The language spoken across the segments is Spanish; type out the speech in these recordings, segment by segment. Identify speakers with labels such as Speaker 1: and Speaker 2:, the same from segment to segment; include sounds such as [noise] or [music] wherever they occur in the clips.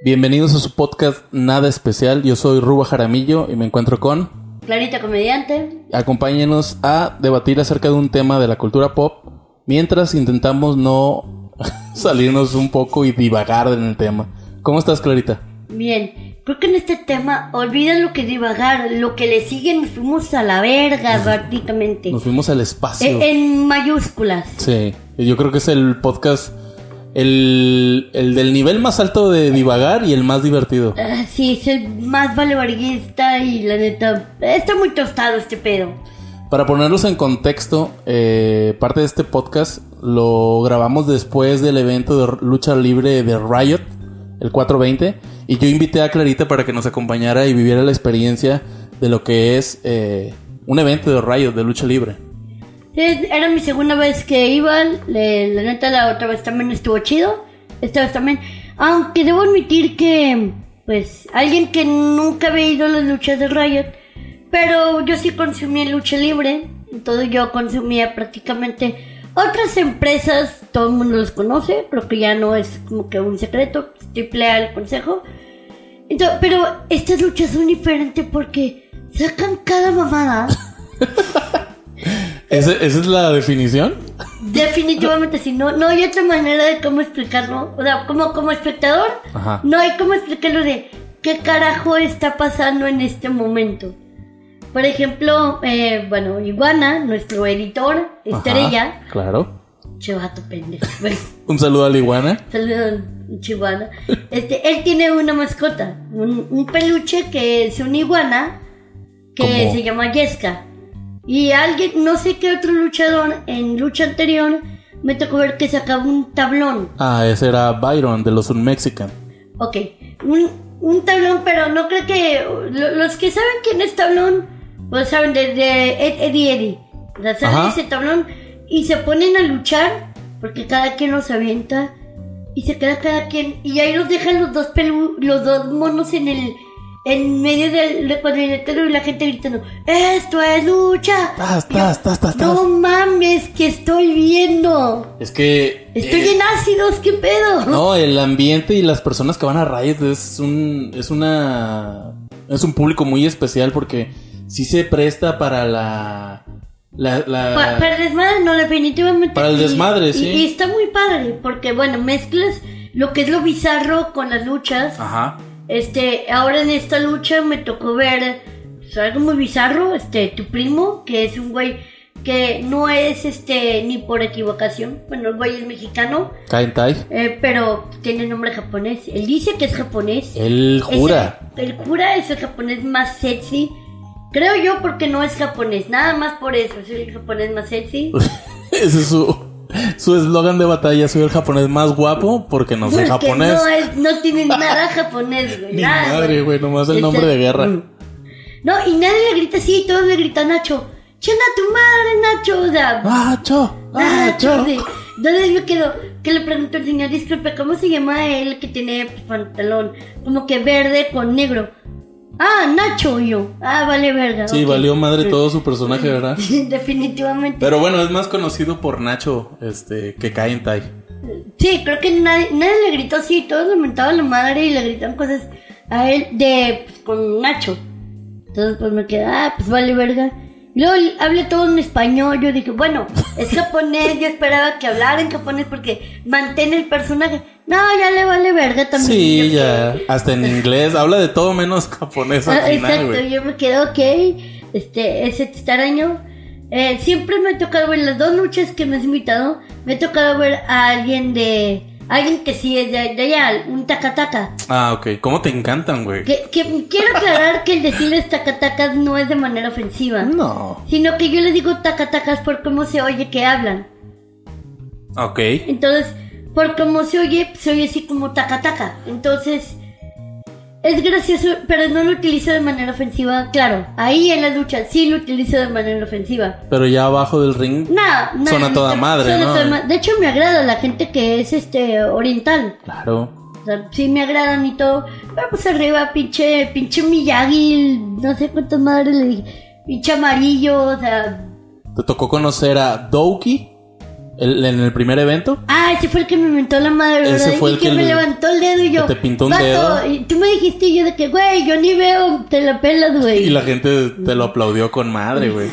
Speaker 1: Bienvenidos a su podcast Nada Especial. Yo soy Ruba Jaramillo y me encuentro con.
Speaker 2: Clarita Comediante.
Speaker 1: Acompáñenos a debatir acerca de un tema de la cultura pop mientras intentamos no [laughs] salirnos un poco y divagar en el tema. ¿Cómo estás, Clarita?
Speaker 2: Bien, creo que en este tema olviden lo que divagar, lo que le siguen nos fuimos a la verga prácticamente.
Speaker 1: Nos fuimos al espacio.
Speaker 2: E- en mayúsculas.
Speaker 1: Sí, yo creo que es el podcast. El, el del nivel más alto de divagar y el más divertido.
Speaker 2: Ah, sí, es el más valevarguista y la neta, está muy tostado este pedo.
Speaker 1: Para ponerlos en contexto, eh, parte de este podcast lo grabamos después del evento de lucha libre de Riot, el 420, y yo invité a Clarita para que nos acompañara y viviera la experiencia de lo que es eh, un evento de Riot, de lucha libre.
Speaker 2: Es- Era mi segunda vez que iba, le- la neta la otra vez también estuvo chido, esta vez también, aunque debo admitir que, pues, alguien que nunca había ido a las luchas de Riot, pero yo sí consumía lucha libre, entonces yo consumía prácticamente otras empresas, todo el mundo los conoce, creo que ya no es como que un secreto, triple A el consejo, Ento- pero estas luchas son diferentes porque sacan cada mamada.
Speaker 1: ¿Ese- ¿Esa es la definición?
Speaker 2: Definitivamente sí, no, no hay otra manera de cómo explicarlo. O sea, como, como espectador,
Speaker 1: Ajá.
Speaker 2: no hay cómo explicarlo de qué carajo está pasando en este momento. Por ejemplo, eh, bueno, Iguana, nuestro editor, estrella,
Speaker 1: Ajá, claro.
Speaker 2: chevato pendejo. pues,
Speaker 1: Un saludo a la iguana.
Speaker 2: Saludos, Chihuahua. Este, él tiene una mascota, un, un peluche que es una iguana que
Speaker 1: ¿Cómo?
Speaker 2: se llama Yesca. Y alguien, no sé qué otro luchador, en lucha anterior me tocó ver que sacaba un tablón.
Speaker 1: Ah, ese era Byron de los Un Mexican.
Speaker 2: Ok, un, un tablón, pero no creo que. lo- los que saben quién es tablón, pues saben de, de Ed- Eddie Eddie. O sea, sale
Speaker 1: Ajá.
Speaker 2: ese tablón y se ponen a luchar, porque cada quien los avienta y se queda cada quien. Y ahí los dejan los dos pelu- los dos monos en el. En medio del del cuadrilátero y la gente gritando, ¡Esto es lucha!
Speaker 1: Tas,
Speaker 2: Y yo,
Speaker 1: tas, tas, tas, tas.
Speaker 2: ¡No mames que estoy viendo!
Speaker 1: Es que...
Speaker 2: ¡Estoy
Speaker 1: eh,
Speaker 2: en ácidos, qué pedo!
Speaker 1: No, el ambiente y las personas que van a Riot es un es una es un público muy especial porque sí se presta para la la, la-
Speaker 2: Pa- para el desmadre, no, definitivamente.
Speaker 1: Ah. Para el
Speaker 2: Y-
Speaker 1: desmadre,
Speaker 2: y-
Speaker 1: sí.
Speaker 2: Y está muy padre, porque bueno, mezclas lo que es lo bizarro con las luchas.
Speaker 1: ajá.
Speaker 2: Este, ahora en esta lucha me tocó ver pues, algo muy bizarro, este, tu primo, que es un güey que no es este ni por equivocación, bueno, el güey es mexicano,
Speaker 1: Kaintai,
Speaker 2: eh, pero tiene nombre japonés. Él dice que es japonés.
Speaker 1: él
Speaker 2: Es
Speaker 1: jura.
Speaker 2: el, el cura es el japonés más sexy. Creo yo porque no es japonés, nada más por eso, es el japonés más sexy.
Speaker 1: Ese es su su eslogan de batalla, soy el japonés más guapo porque no soy
Speaker 2: Porque
Speaker 1: japonés.
Speaker 2: No, [laughs] es- no tiene nada
Speaker 1: [laughs]
Speaker 2: japonés, güey.
Speaker 1: Ni
Speaker 2: nada,
Speaker 1: madre, güey, nomás el nombre de guerra.
Speaker 2: Mm. No, y nadie le grita así, todos le gritan Nacho. ¡Chinga tu madre, Nacho! O sea,
Speaker 1: Ah,
Speaker 2: ah,
Speaker 1: ¡Nacho! ¡Nacho!
Speaker 2: sí. Entonces yo quedo, que le pregunto al señor, disculpe, ¿cómo se llama él que tiene pues, pantalón como que verde con negro? Ah, Nacho, y yo. Ah, vale, verga.
Speaker 1: Sí,
Speaker 2: ok. Mm.
Speaker 1: valió madre todo su personaje, ¿verdad?
Speaker 2: [laughs] Definitivamente.
Speaker 1: Pero bueno, es más conocido por Nacho este que Kaintai.
Speaker 2: Sí, creo que nadie, nadie le gritó así, todos le mentaban la madre y le gritaban cosas a él de pues, con Nacho. Entonces pues me quedé, ah, pues vale verga. Y Luego l- hablé todo en español, yo dije, bueno, es japonés, yo esperaba que hablara en japonés porque mantiene el personaje. No, ya le vale verga también.
Speaker 1: Sí,
Speaker 2: [laughs] Yo-
Speaker 1: ya. Hasta en inglés. Habla de todo menos [laughs] japonés al
Speaker 2: Ah,
Speaker 1: final,
Speaker 2: exacto,
Speaker 1: güey.
Speaker 2: yo me quedo ok. Este, ese extraño. Eh, siempre me ha tocado ver las dos luchas que me has invitado. Me ha tocado ver a alguien de. Alguien que sí es de, de allá, un tacataca.
Speaker 1: Ah, ok. ¿Cómo te encantan, güey?
Speaker 2: Que, que quiero aclarar que el decirles tacatacas no es de manera ofensiva.
Speaker 1: Mm. No.
Speaker 2: Sino que yo les digo tacatacas por cómo se oye que hablan.
Speaker 1: Ok.
Speaker 2: Entonces, por cómo se oye, se oye así como tacataca. Entonces, es gracioso, pero no lo utilizo de manera ofensiva. Claro, ahí en la ducha sí lo utilizo de manera ofensiva.
Speaker 1: Pero ya abajo del ring.
Speaker 2: Nada, nada.
Speaker 1: Suena toda madre, ¿no?
Speaker 2: de hecho, me agrada la gente que es este oriental.
Speaker 1: Claro.
Speaker 2: O sea, sí me agradan y todo. Pero pues arriba, pinche, pinche Miyagi, no sé cuántas madres le dije. Pinche amarillo, o sea,
Speaker 1: Te tocó conocer a Douki El- en el primer evento.
Speaker 2: Ah, ese fue el que me inventó la madre, ¿verdad?
Speaker 1: Ese fue
Speaker 2: y
Speaker 1: el
Speaker 2: que,
Speaker 1: que
Speaker 2: me
Speaker 1: le-
Speaker 2: levantó el dedo y yo.
Speaker 1: que te pintó un
Speaker 2: "Vato",
Speaker 1: dedo.
Speaker 2: Y tú me dijiste y yo de que, güey, yo ni veo, te la pelas, güey.
Speaker 1: Y la gente te lo aplaudió con madre, güey.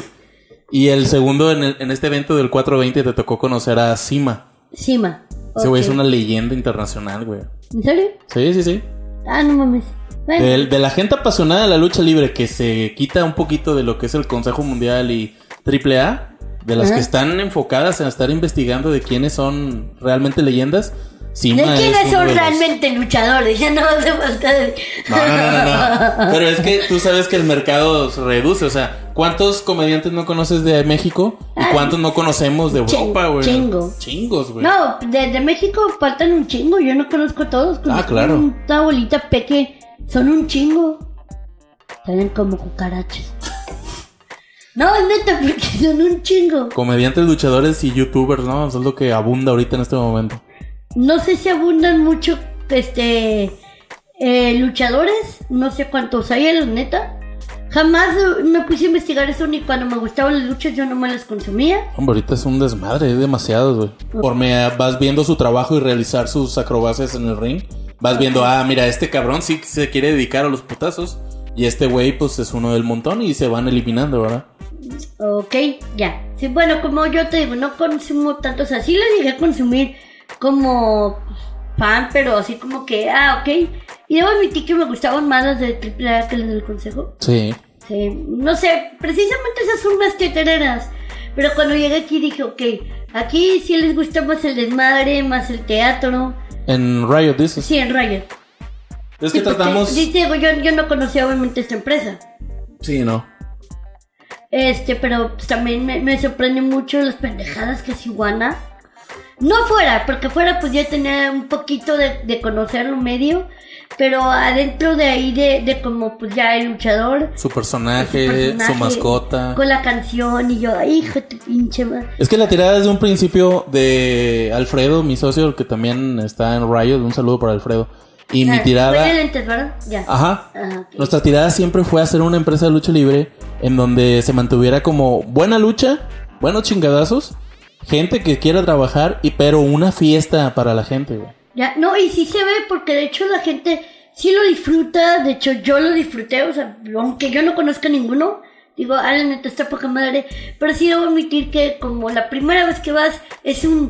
Speaker 1: Y el segundo, en, el- en este evento del 420, te tocó conocer a Sima.
Speaker 2: Cima.
Speaker 1: Ese güey
Speaker 2: Ok.
Speaker 1: es una leyenda internacional, güey.
Speaker 2: ¿En serio?
Speaker 1: Sí, sí, sí.
Speaker 2: Ah, no mames. Bueno,
Speaker 1: Del- de la gente apasionada de la lucha libre que se quita un poquito de lo que es el Consejo Mundial y AAA, de las
Speaker 2: Ajá.
Speaker 1: que están enfocadas en estar investigando de quiénes son realmente leyendas.
Speaker 2: ¿De
Speaker 1: Sima es
Speaker 2: quiénes
Speaker 1: uno de
Speaker 2: son
Speaker 1: los-
Speaker 2: realmente luchadores? Ya no hace falta. de-
Speaker 1: No,
Speaker 2: [laughs]
Speaker 1: no, no, no, no. Pero es que tú sabes que el mercado se reduce. O sea, ¿cuántos comediantes no conoces de México? ¿Y cuántos no conocemos de
Speaker 2: Chin-
Speaker 1: Europa, güey?
Speaker 2: chingo.
Speaker 1: Chingos, güey.
Speaker 2: No, desde México faltan un chingo. Yo no conozco a todos. Conozco
Speaker 1: Ah, claro.
Speaker 2: Una abuelita peque. Son un chingo. Salen como cucarachas. [laughs] No, es neta, porque son un chingo.
Speaker 1: Comediantes, luchadores y youtubers, ¿no? Eso es lo que abunda ahorita en este momento.
Speaker 2: No sé si abundan mucho este eh, luchadores. No sé cuántos hay, la neta. Jamás eh, me puse a investigar eso ni cuando me gustaban las luchas yo no me las consumía.
Speaker 1: Hombre, ahorita es un desmadre, es demasiado, güey. Conforme vas viendo su trabajo y realizar sus acrobacias en el ring, vas viendo, ah, mira, este cabrón sí se quiere dedicar a los putazos. Y este güey, pues es uno del montón y se van eliminando, ¿verdad?
Speaker 2: Ok, ya. Sí, bueno, como yo te digo, no consumo tanto. O sea, sí lo llegué a consumir como fan, pero así como que, ah, ok. Y debo admitir que me gustaban más las de AAA que las del consejo.
Speaker 1: Sí.
Speaker 2: Sí, no sé, precisamente esas son las tetereras. Pero cuando llegué aquí dije, ok, aquí sí les gusta más el desmadre, más el teatro.
Speaker 1: En Riot dices.
Speaker 2: Sí, en Riot.
Speaker 1: Es que
Speaker 2: Sí, porque,
Speaker 1: tratamos.
Speaker 2: sí, te digo, yo, yo no conocía obviamente esta empresa.
Speaker 1: Sí, no.
Speaker 2: Este, pero pues, también me, me sorprende mucho las pendejadas que es Iguana. No fuera, porque fuera pues ya tenía un poquito de, de conocerlo medio, pero adentro de ahí de, de como pues ya el luchador.
Speaker 1: Su personaje, su,
Speaker 2: personaje,
Speaker 1: mascota.
Speaker 2: Con la canción y yo, "Ay, hijo de tu pinche madre.
Speaker 1: Es que la tirada desde un principio de Alfredo, mi socio, el que también está en Riot. Un saludo para Alfredo. Y mi
Speaker 2: Ah, fue de
Speaker 1: tirada. Ah,
Speaker 2: lentes, ¿verdad? Ya.
Speaker 1: Ajá.
Speaker 2: Ajá, ok.
Speaker 1: Nuestra tirada siempre fue hacer una empresa de lucha libre en donde se mantuviera como buena lucha, buenos chingadazos, gente que quiera trabajar, y pero una fiesta para la gente, güey.
Speaker 2: Ya, no, y sí se ve porque de hecho la gente sí lo disfruta, de hecho yo lo disfruté, o sea, aunque yo no conozca ninguno, digo, ah, la neta está poca madre, pero sí debo admitir que como la primera vez que vas es un,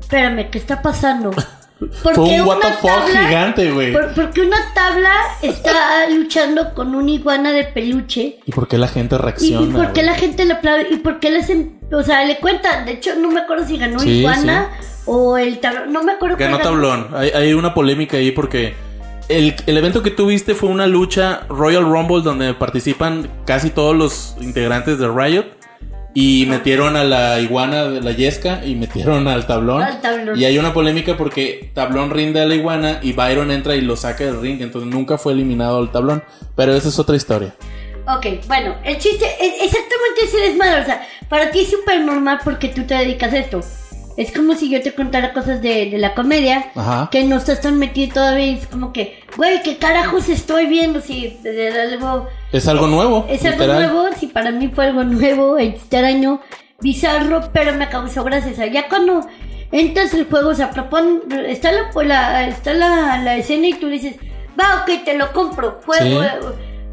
Speaker 2: espérame, ¿qué está
Speaker 1: [laughs]
Speaker 2: pasando? Porque
Speaker 1: Fue un
Speaker 2: una
Speaker 1: what the fuck
Speaker 2: tabla-
Speaker 1: gigante, güey.
Speaker 2: por- porque una tabla está luchando con una iguana de peluche.
Speaker 1: ¿Y por qué la gente
Speaker 2: ¿Y,
Speaker 1: reacciona?
Speaker 2: y por qué
Speaker 1: güey?
Speaker 2: la gente le aplaude? ¿Y por qué les... em- O sea, le cuentan. De hecho, no me acuerdo si ganó
Speaker 1: Sí,
Speaker 2: Iguana o el tablón. No me acuerdo
Speaker 1: Ganó
Speaker 2: cuál
Speaker 1: tablón. Hay, hay una polémica ahí porque el, el evento que tuviste fue una lucha Royal Rumble donde participan casi todos los integrantes de Riot. Y metieron a la iguana de la yesca y metieron al tablón.
Speaker 2: Al tablón.
Speaker 1: Y hay una polémica porque Tablón rinde a la iguana y Byron entra y lo saca del ring. Entonces nunca fue eliminado al tablón. Pero esa es otra historia.
Speaker 2: Ok, bueno, el chiste es exactamente ese desmadre. O sea, para ti es súper normal porque tú te dedicas a esto. Es como si yo te contara cosas de, de la comedia
Speaker 1: Ajá.
Speaker 2: que no estás tan metido todavía. y Es como que, güey, ¿qué carajos estoy viendo? Si de- de algo...
Speaker 1: Es algo nuevo.
Speaker 2: Es algo
Speaker 1: literal.
Speaker 2: nuevo, sí, para mí fue algo nuevo, extraño, bizarro, pero me causó gracias. O sea, ya cuando entras el juego, o sea, propon- está, la, pues, la- está la, la escena y tú dices, va, ok, te lo compro, juego,
Speaker 1: Sí.
Speaker 2: eh,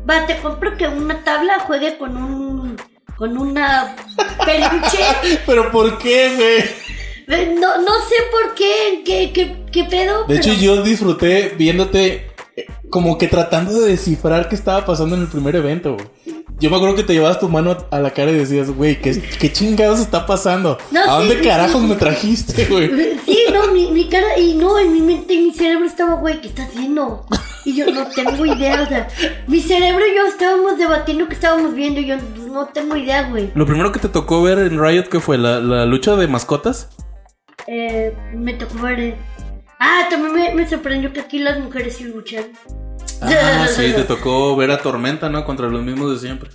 Speaker 2: va, te compro que una tabla juegue con un, con una
Speaker 1: [laughs]
Speaker 2: peluche.
Speaker 1: [laughs] Pero ¿por qué, güey?
Speaker 2: Eh, no, no sé por qué, qué, qué, qué pedo.
Speaker 1: De
Speaker 2: pero-
Speaker 1: hecho, yo disfruté viéndote eh, como que tratando de descifrar qué estaba pasando en el primer evento, güey. Yo me acuerdo que te llevabas tu mano a la cara y decías, güey, ¿qué, qué chingados está pasando?
Speaker 2: No,
Speaker 1: ¿A
Speaker 2: sí,
Speaker 1: dónde
Speaker 2: sí,
Speaker 1: carajos
Speaker 2: sí.
Speaker 1: me trajiste, güey?
Speaker 2: Sí, no, mi, mi cara, y no, en mi mente y mi cerebro estaba, güey, ¿qué estás viendo? Y yo no tengo idea, o sea, mi cerebro y yo estábamos debatiendo qué estábamos viendo, y yo pues, no tengo idea, güey.
Speaker 1: [laughs] Lo primero que te tocó ver en Riot, ¿qué fue? ¿La, la lucha de mascotas?
Speaker 2: Eh, me tocó ver. eh, Ah, también me, me sorprendió que aquí las mujeres sí luchan.
Speaker 1: [laughs] Ah, sí,
Speaker 2: [laughs]
Speaker 1: te tocó ver a Tormenta, ¿no? Contra los mismos de siempre.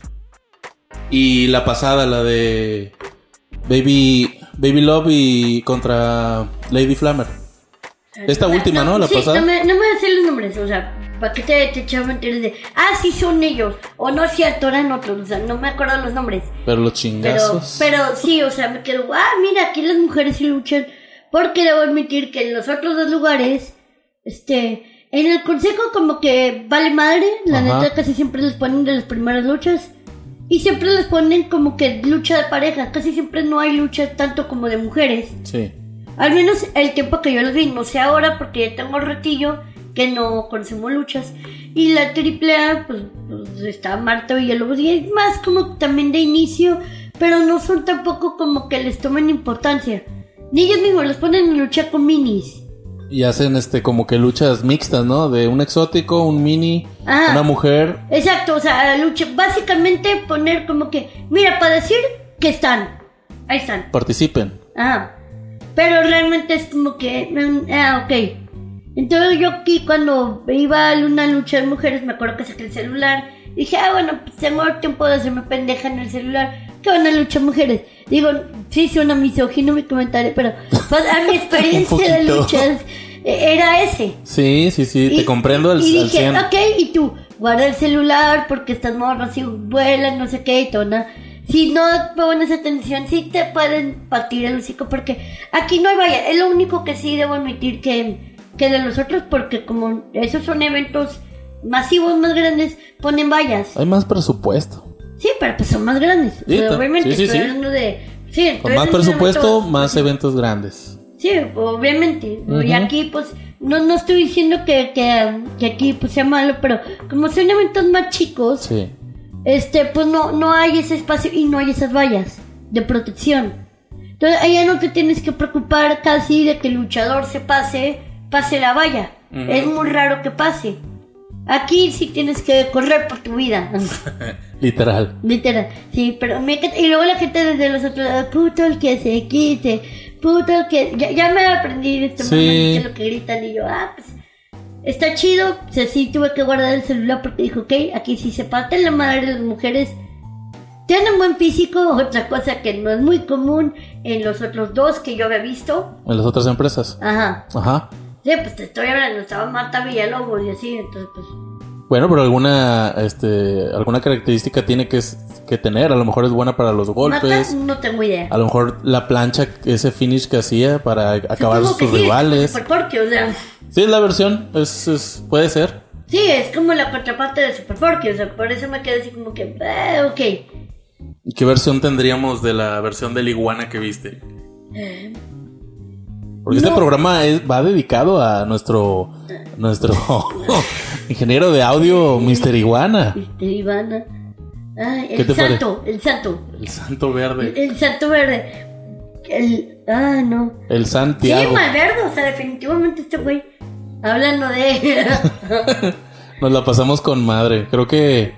Speaker 1: Y la pasada, la de Baby, Baby Love y contra Lady Flammer. Esta última, ¿no? La
Speaker 2: sí,
Speaker 1: pasada.
Speaker 2: No me, no me voy a decir los nombres, o sea, ¿para qué te, te echaba mentiras de, ah, sí son ellos, o no, sí, cierto, eran otros, o sea, no me acuerdo los nombres.
Speaker 1: Pero los
Speaker 2: Pero,
Speaker 1: chingazos.
Speaker 2: pero sí, o sea, me quedo, ah, mira, aquí las mujeres sí luchan. Porque debo admitir que en los otros dos lugares, este, en el consejo como que vale madre, la
Speaker 1: Ajá.
Speaker 2: neta casi siempre les ponen de las primeras luchas. Y siempre les ponen como que lucha de pareja, casi siempre no hay lucha tanto como de mujeres.
Speaker 1: Sí.
Speaker 2: Al menos el tiempo que yo los vi, no sé ahora porque ya tengo ratillo que no consumo luchas. Y la AAA, pues, pues está Marta Villalobos y es más como también de inicio, pero no son tampoco como que les tomen importancia. Ni ellos mismos los ponen en lucha con minis.
Speaker 1: Y hacen este como que luchas mixtas, ¿no? De un exótico, un mini,
Speaker 2: Ah.
Speaker 1: una mujer.
Speaker 2: Exacto, o sea, la lucha, básicamente poner como que, mira, para decir que están, ahí están.
Speaker 1: Participen.
Speaker 2: Ah, pero realmente es como que. mm, Ah, ok. Entonces yo aquí cuando iba a una lucha de mujeres, me acuerdo que saqué el celular. Dije, ah, bueno, pues tengo tiempo de hacerme pendeja en el celular. ¿Qué van a lucha de mujeres? Digo, sí, sí, una misoginia mi comentario, pero pues, a mi experiencia de
Speaker 1: poquito.
Speaker 2: luchas eh, era ese.
Speaker 1: Sí, sí, sí, te
Speaker 2: Y-
Speaker 1: comprendo al,
Speaker 2: Y
Speaker 1: al
Speaker 2: dije,
Speaker 1: 100.
Speaker 2: ok, y tú, guarda el celular porque estas morras si vuelan, no sé qué, y tona. Si no pones atención, sí te pueden partir el hocico porque aquí no hay vaya. Es lo único que sí debo admitir que, que de los otros, porque como esos son eventos masivos más grandes, ponen vallas.
Speaker 1: Hay más presupuesto.
Speaker 2: Sí, pero pues son más grandes.
Speaker 1: Sí,
Speaker 2: Pero
Speaker 1: ta-
Speaker 2: obviamente,
Speaker 1: sí, sí,
Speaker 2: estoy
Speaker 1: sí.
Speaker 2: hablando de... Sí,
Speaker 1: Con
Speaker 2: entonces
Speaker 1: más
Speaker 2: es un
Speaker 1: presupuesto,
Speaker 2: evento-
Speaker 1: más eventos grandes.
Speaker 2: Sí, obviamente. Y
Speaker 1: Ujú.
Speaker 2: aquí, pues, no, no estoy diciendo que, que, que aquí pues, sea malo, pero como son eventos más chicos,
Speaker 1: Sí.
Speaker 2: este, pues no, no hay ese espacio y no hay esas vallas de protección. Entonces, ahí ya no te tienes que preocupar casi de que el luchador se pase, pase la valla.
Speaker 1: Ujú.
Speaker 2: Es muy raro que pase. Aquí sí tienes que correr por tu vida. [laughs]
Speaker 1: Literal.
Speaker 2: Literal, sí, pero me encanta- Y luego la gente desde los otros lados, puto el que se quite, puto el que. Ya, ya me aprendí de este
Speaker 1: Sí.
Speaker 2: momento que lo que gritan y yo, ah, pues. Está chido, o sea, sí tuve que guardar el celular porque dijo, ok, aquí sí se parten la madre de las mujeres. Tienen buen físico, [laughs] otra cosa que no es muy común en los otros dos que yo había visto.
Speaker 1: En las otras empresas.
Speaker 2: Ajá.
Speaker 1: Ajá.
Speaker 2: Sí, pues te estoy hablando, estaba Marta Villalobos y así, entonces pues.
Speaker 1: Bueno, pero alguna, este, alguna característica tiene que, s- que tener. A lo mejor es buena para los golpes.
Speaker 2: Marta, no tengo idea.
Speaker 1: A lo mejor la plancha, ese finish que hacía para acabar
Speaker 2: Supongo
Speaker 1: sus
Speaker 2: que sí, es como
Speaker 1: rivales.
Speaker 2: Super Porky, o sea.
Speaker 1: Sí, es la versión. Es, es- puede ser.
Speaker 2: Sí, es como la contraparte de Super Porky, o sea, por eso me quedé así como que, eh, ok.
Speaker 1: ¿Y ¿Qué versión tendríamos de la versión del iguana que viste? Porque este
Speaker 2: No.
Speaker 1: programa es- va dedicado a nuestro nuestro [laughs] ingeniero de audio, Mr. Iguana.
Speaker 2: Este, Ivana. Ay,
Speaker 1: ¿Qué
Speaker 2: el
Speaker 1: te parece?
Speaker 2: santo, el santo,
Speaker 1: El santo verde.
Speaker 2: el santo verde. El, ah, no.
Speaker 1: El
Speaker 2: Sí,
Speaker 1: Santiago.
Speaker 2: malverde, o sea, definitivamente este güey. Hablando de. [laughs]
Speaker 1: Nos la pasamos con madre. Creo que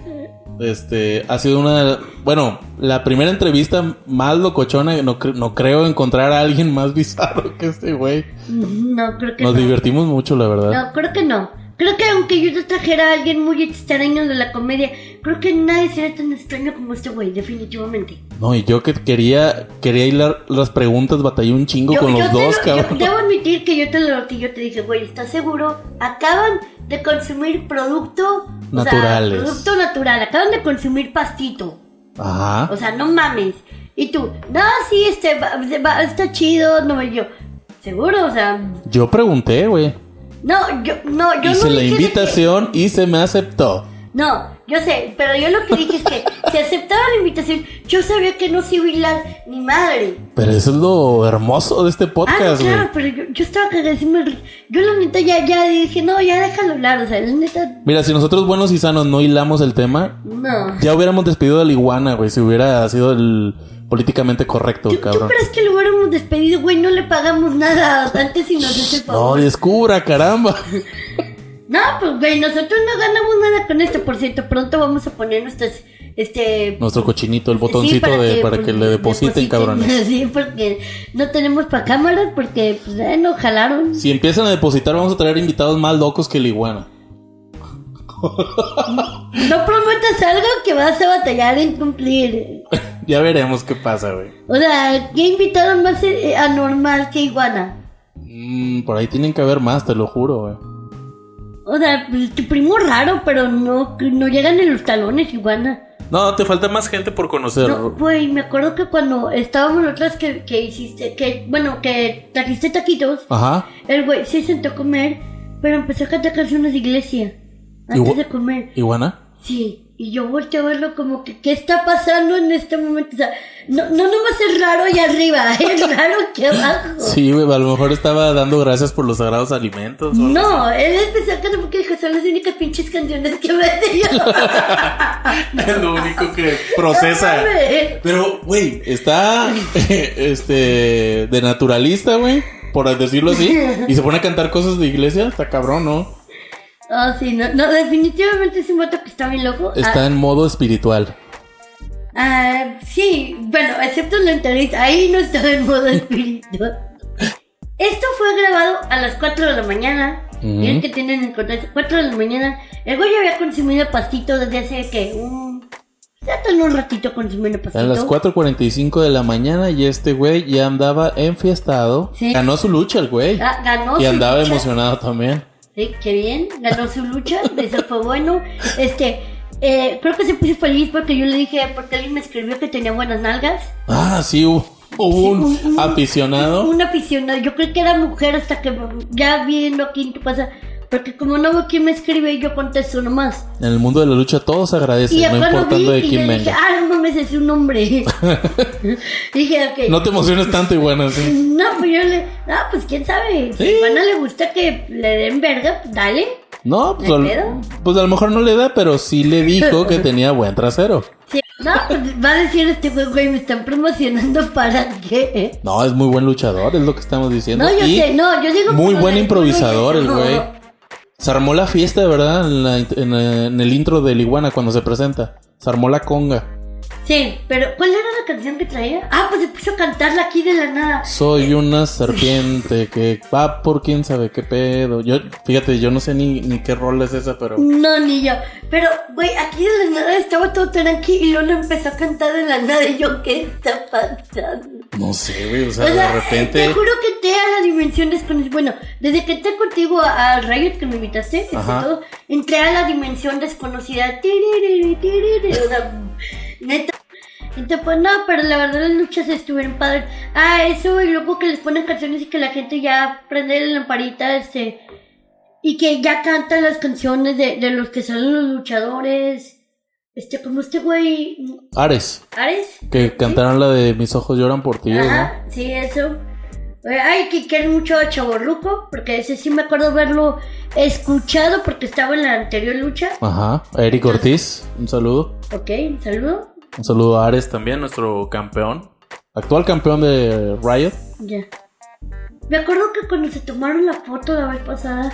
Speaker 1: este ha sido una bueno, la primera entrevista más locochona, no, cre- no creo encontrar a alguien más bizarro que este güey.
Speaker 2: no, creo que
Speaker 1: Nos
Speaker 2: no.
Speaker 1: divertimos mucho, la verdad.
Speaker 2: No, creo que no. Creo que aunque yo te trajera a alguien muy extraño de la comedia, creo que nadie sería tan extraño como este güey, definitivamente.
Speaker 1: No, y yo que quería quería hilar las preguntas, batallé un chingo con los
Speaker 2: te
Speaker 1: dos,
Speaker 2: lo- yo
Speaker 1: cabrón.
Speaker 2: debo admitir que yo te lo noté, yo te dije, güey, ¿estás seguro? Acaban de consumir producto... o sea,
Speaker 1: Naturales.
Speaker 2: producto natural, acaban de consumir pastito.
Speaker 1: Ajá.
Speaker 2: O sea, no mames. Y tú, no, sí, este, va- se va- está chido, no, y yo... Seguro, o sea...
Speaker 1: Yo pregunté, güey.
Speaker 2: No, yo no, yo
Speaker 1: Hice
Speaker 2: no
Speaker 1: la
Speaker 2: dije de que-
Speaker 1: invitación y se me aceptó.
Speaker 2: No, yo sé, pero yo lo que dije es
Speaker 1: [laughs]
Speaker 2: que si aceptaba la invitación, yo sabía que no se iba a hilar ni madre.
Speaker 1: Pero eso es lo hermoso de este
Speaker 2: Ah, no,
Speaker 1: podcast, güey.
Speaker 2: claro, pero yo, yo estaba cagadísima. Yo la neta ya, ya dije, no, ya déjalo hablar. O sea, la neta,
Speaker 1: Mira, si nosotros buenos y sanos no hilamos el tema,
Speaker 2: no.
Speaker 1: ya hubiéramos despedido a la iguana, güey, si hubiera sido el políticamente correcto,
Speaker 2: ¿Tú, tú
Speaker 1: Oh, cabrón.
Speaker 2: crees que lo hubiéramos despedido, güey? No le pagamos nada antes y nos hace el
Speaker 1: No, eh.
Speaker 2: favor.
Speaker 1: descubra, caramba.
Speaker 2: No, pues, güey, nosotros no ganamos nada con esto. Por cierto, pronto vamos a poner nuestras, este...
Speaker 1: Nuestro cochinito, el
Speaker 2: sí,
Speaker 1: botoncito de, para que
Speaker 2: pues,
Speaker 1: le depositen, cabrones.
Speaker 2: [laughs] Sí, porque no tenemos para cámaras, porque pues, eh, nos jalaron.
Speaker 1: Si empiezan a depositar, vamos a traer invitados más locos que la iguana.
Speaker 2: No prometas algo que vas a batallar en cumplir.
Speaker 1: Ya veremos qué pasa, güey.
Speaker 2: O sea, ¿qué invitaron más eh, anormal que eh, iguana?
Speaker 1: Mm, por ahí tienen que haber más, te lo juro, güey.
Speaker 2: O sea, pues, tu primo raro, pero no, no llegan en los talones, iguana.
Speaker 1: No, te falta más gente por conocer.
Speaker 2: No, güey, me acuerdo que cuando estábamos otras que, que hiciste, que, bueno, que trajiste taquitos,
Speaker 1: Ajá.
Speaker 2: el güey se sentó a comer, pero empezó a cantar canciones de iglesia. Antes
Speaker 1: Igua-
Speaker 2: de comer.
Speaker 1: Iguana.
Speaker 2: Sí, y yo volteé a verlo como que, ¿qué está pasando en este momento? O sea, no, no nomás es raro allá arriba, [laughs] es raro que abajo.
Speaker 1: Sí, güey, a lo mejor estaba dando gracias por los sagrados alimentos. o-
Speaker 2: No, él empezó a cantar porque dijo, son las únicas pinches canciones que me [laughs] sé
Speaker 1: [laughs]
Speaker 2: yo.
Speaker 1: [laughs] Es lo único que procesa.
Speaker 2: No mames.
Speaker 1: Pero, güey, está [laughs] este de naturalista, güey, por decirlo así, y se pone a cantar cosas de iglesia, está cabrón, ¿no?
Speaker 2: Ah, sí, no, no, definitivamente es un vato que está bien loco.
Speaker 1: Está en modo espiritual.
Speaker 2: Ah, ah, sí, bueno, excepto la entrevista, ahí no estaba en
Speaker 1: [laughs]
Speaker 2: modo espiritual. Esto fue grabado a las 4 de la mañana.
Speaker 1: Ujú.
Speaker 2: Miren que tienen el contexto, 4 de la mañana. El güey había consumido pastito desde hace que un... Ya tenía un ratito consumiendo pastito.
Speaker 1: A las 4:45 de la mañana y este güey ya andaba enfiestado.
Speaker 2: Sí.
Speaker 1: Ganó su lucha el güey
Speaker 2: Ah, ganó
Speaker 1: y
Speaker 2: su
Speaker 1: andaba
Speaker 2: lucha.
Speaker 1: emocionado también.
Speaker 2: Sí, qué bien, ganó su lucha, [laughs] eso fue bueno. Este, eh, creo que se puso feliz porque yo le dije, porque alguien me escribió que tenía buenas nalgas.
Speaker 1: Ah, sí, hubo hubo un
Speaker 2: Sí, un- un-
Speaker 1: aficionado.
Speaker 2: Un aficionado, yo creo que era mujer hasta que ya viendo aquí en tu casa, porque como no veo quién me escribe, yo contesto nomás.
Speaker 1: En el mundo de la lucha todos agradecen,
Speaker 2: y
Speaker 1: no
Speaker 2: acá lo vi
Speaker 1: importando de
Speaker 2: y yo
Speaker 1: quién
Speaker 2: dije,
Speaker 1: venga.
Speaker 2: ah, no mames, es un hombre.
Speaker 1: [laughs]
Speaker 2: [laughs] dije, ok.
Speaker 1: No te emociones tanto, iguana, sí.
Speaker 2: No, pues yo le. Ah, pues quién sabe. Si
Speaker 1: Sí.
Speaker 2: a Ivana le gusta que le den verga, pues dale.
Speaker 1: No, pues,
Speaker 2: ¿De
Speaker 1: al-
Speaker 2: pedo?
Speaker 1: pues a lo mejor no le da, pero sí le dijo que tenía buen trasero.
Speaker 2: Sí, No, pues va a decir este güey, güey, me están promocionando para qué.
Speaker 1: No, es muy buen luchador, es lo que estamos diciendo.
Speaker 2: No, yo
Speaker 1: y
Speaker 2: sé, no, yo digo.
Speaker 1: muy
Speaker 2: por
Speaker 1: buen
Speaker 2: el-
Speaker 1: improvisador el
Speaker 2: No.
Speaker 1: güey. Se armó la fiesta, de verdad, en, la- en- en el intro del Iguana cuando se presenta. Se armó la conga.
Speaker 2: Sí, pero ¿cuál era la canción que traía? Ah, pues se puso a cantarla aquí de la nada.
Speaker 1: Soy una serpiente que va por quién sabe qué pedo. Yo, fíjate, yo no sé ni, ni qué rol es esa, pero...
Speaker 2: No, ni yo. Pero, güey, aquí de la nada estaba todo tranqui y Lola empezó a cantar de la nada y yo, ¿qué está pasando?
Speaker 1: No sé, güey, o sea,
Speaker 2: O sea,
Speaker 1: de
Speaker 2: Te
Speaker 1: repente...
Speaker 2: juro que te a la dimensión desconocida. Bueno, desde que entré contigo a- al Riot que me invitaste, este,
Speaker 1: Ajá.
Speaker 2: todo, entré a la dimensión desconocida. Tiriri, tiriri, o sea, neta. Entonces, pues no, pero la verdad las luchas estuvieron padres. Ah, eso, y luego que les ponen canciones y que la gente ya prende la lamparita, este. Y que ya cantan las canciones de, de los que salen los luchadores. Este, como este güey.
Speaker 1: Ares,
Speaker 2: ¿Ares?
Speaker 1: que cantaron la de Mis ojos lloran por ti, ¿no?
Speaker 2: Ajá, sí, eso. Eh, Ay, que quiero mucho a Chaborruco, porque ese sí me acuerdo haberlo escuchado porque estaba en la anterior lucha.
Speaker 1: Ajá, Eric Ortiz, un saludo.
Speaker 2: Ok, un saludo.
Speaker 1: Un saludo a Ares también, nuestro campeón. Actual campeón de Riot.
Speaker 2: Ya. Me acuerdo que cuando se tomaron la foto la vez pasada,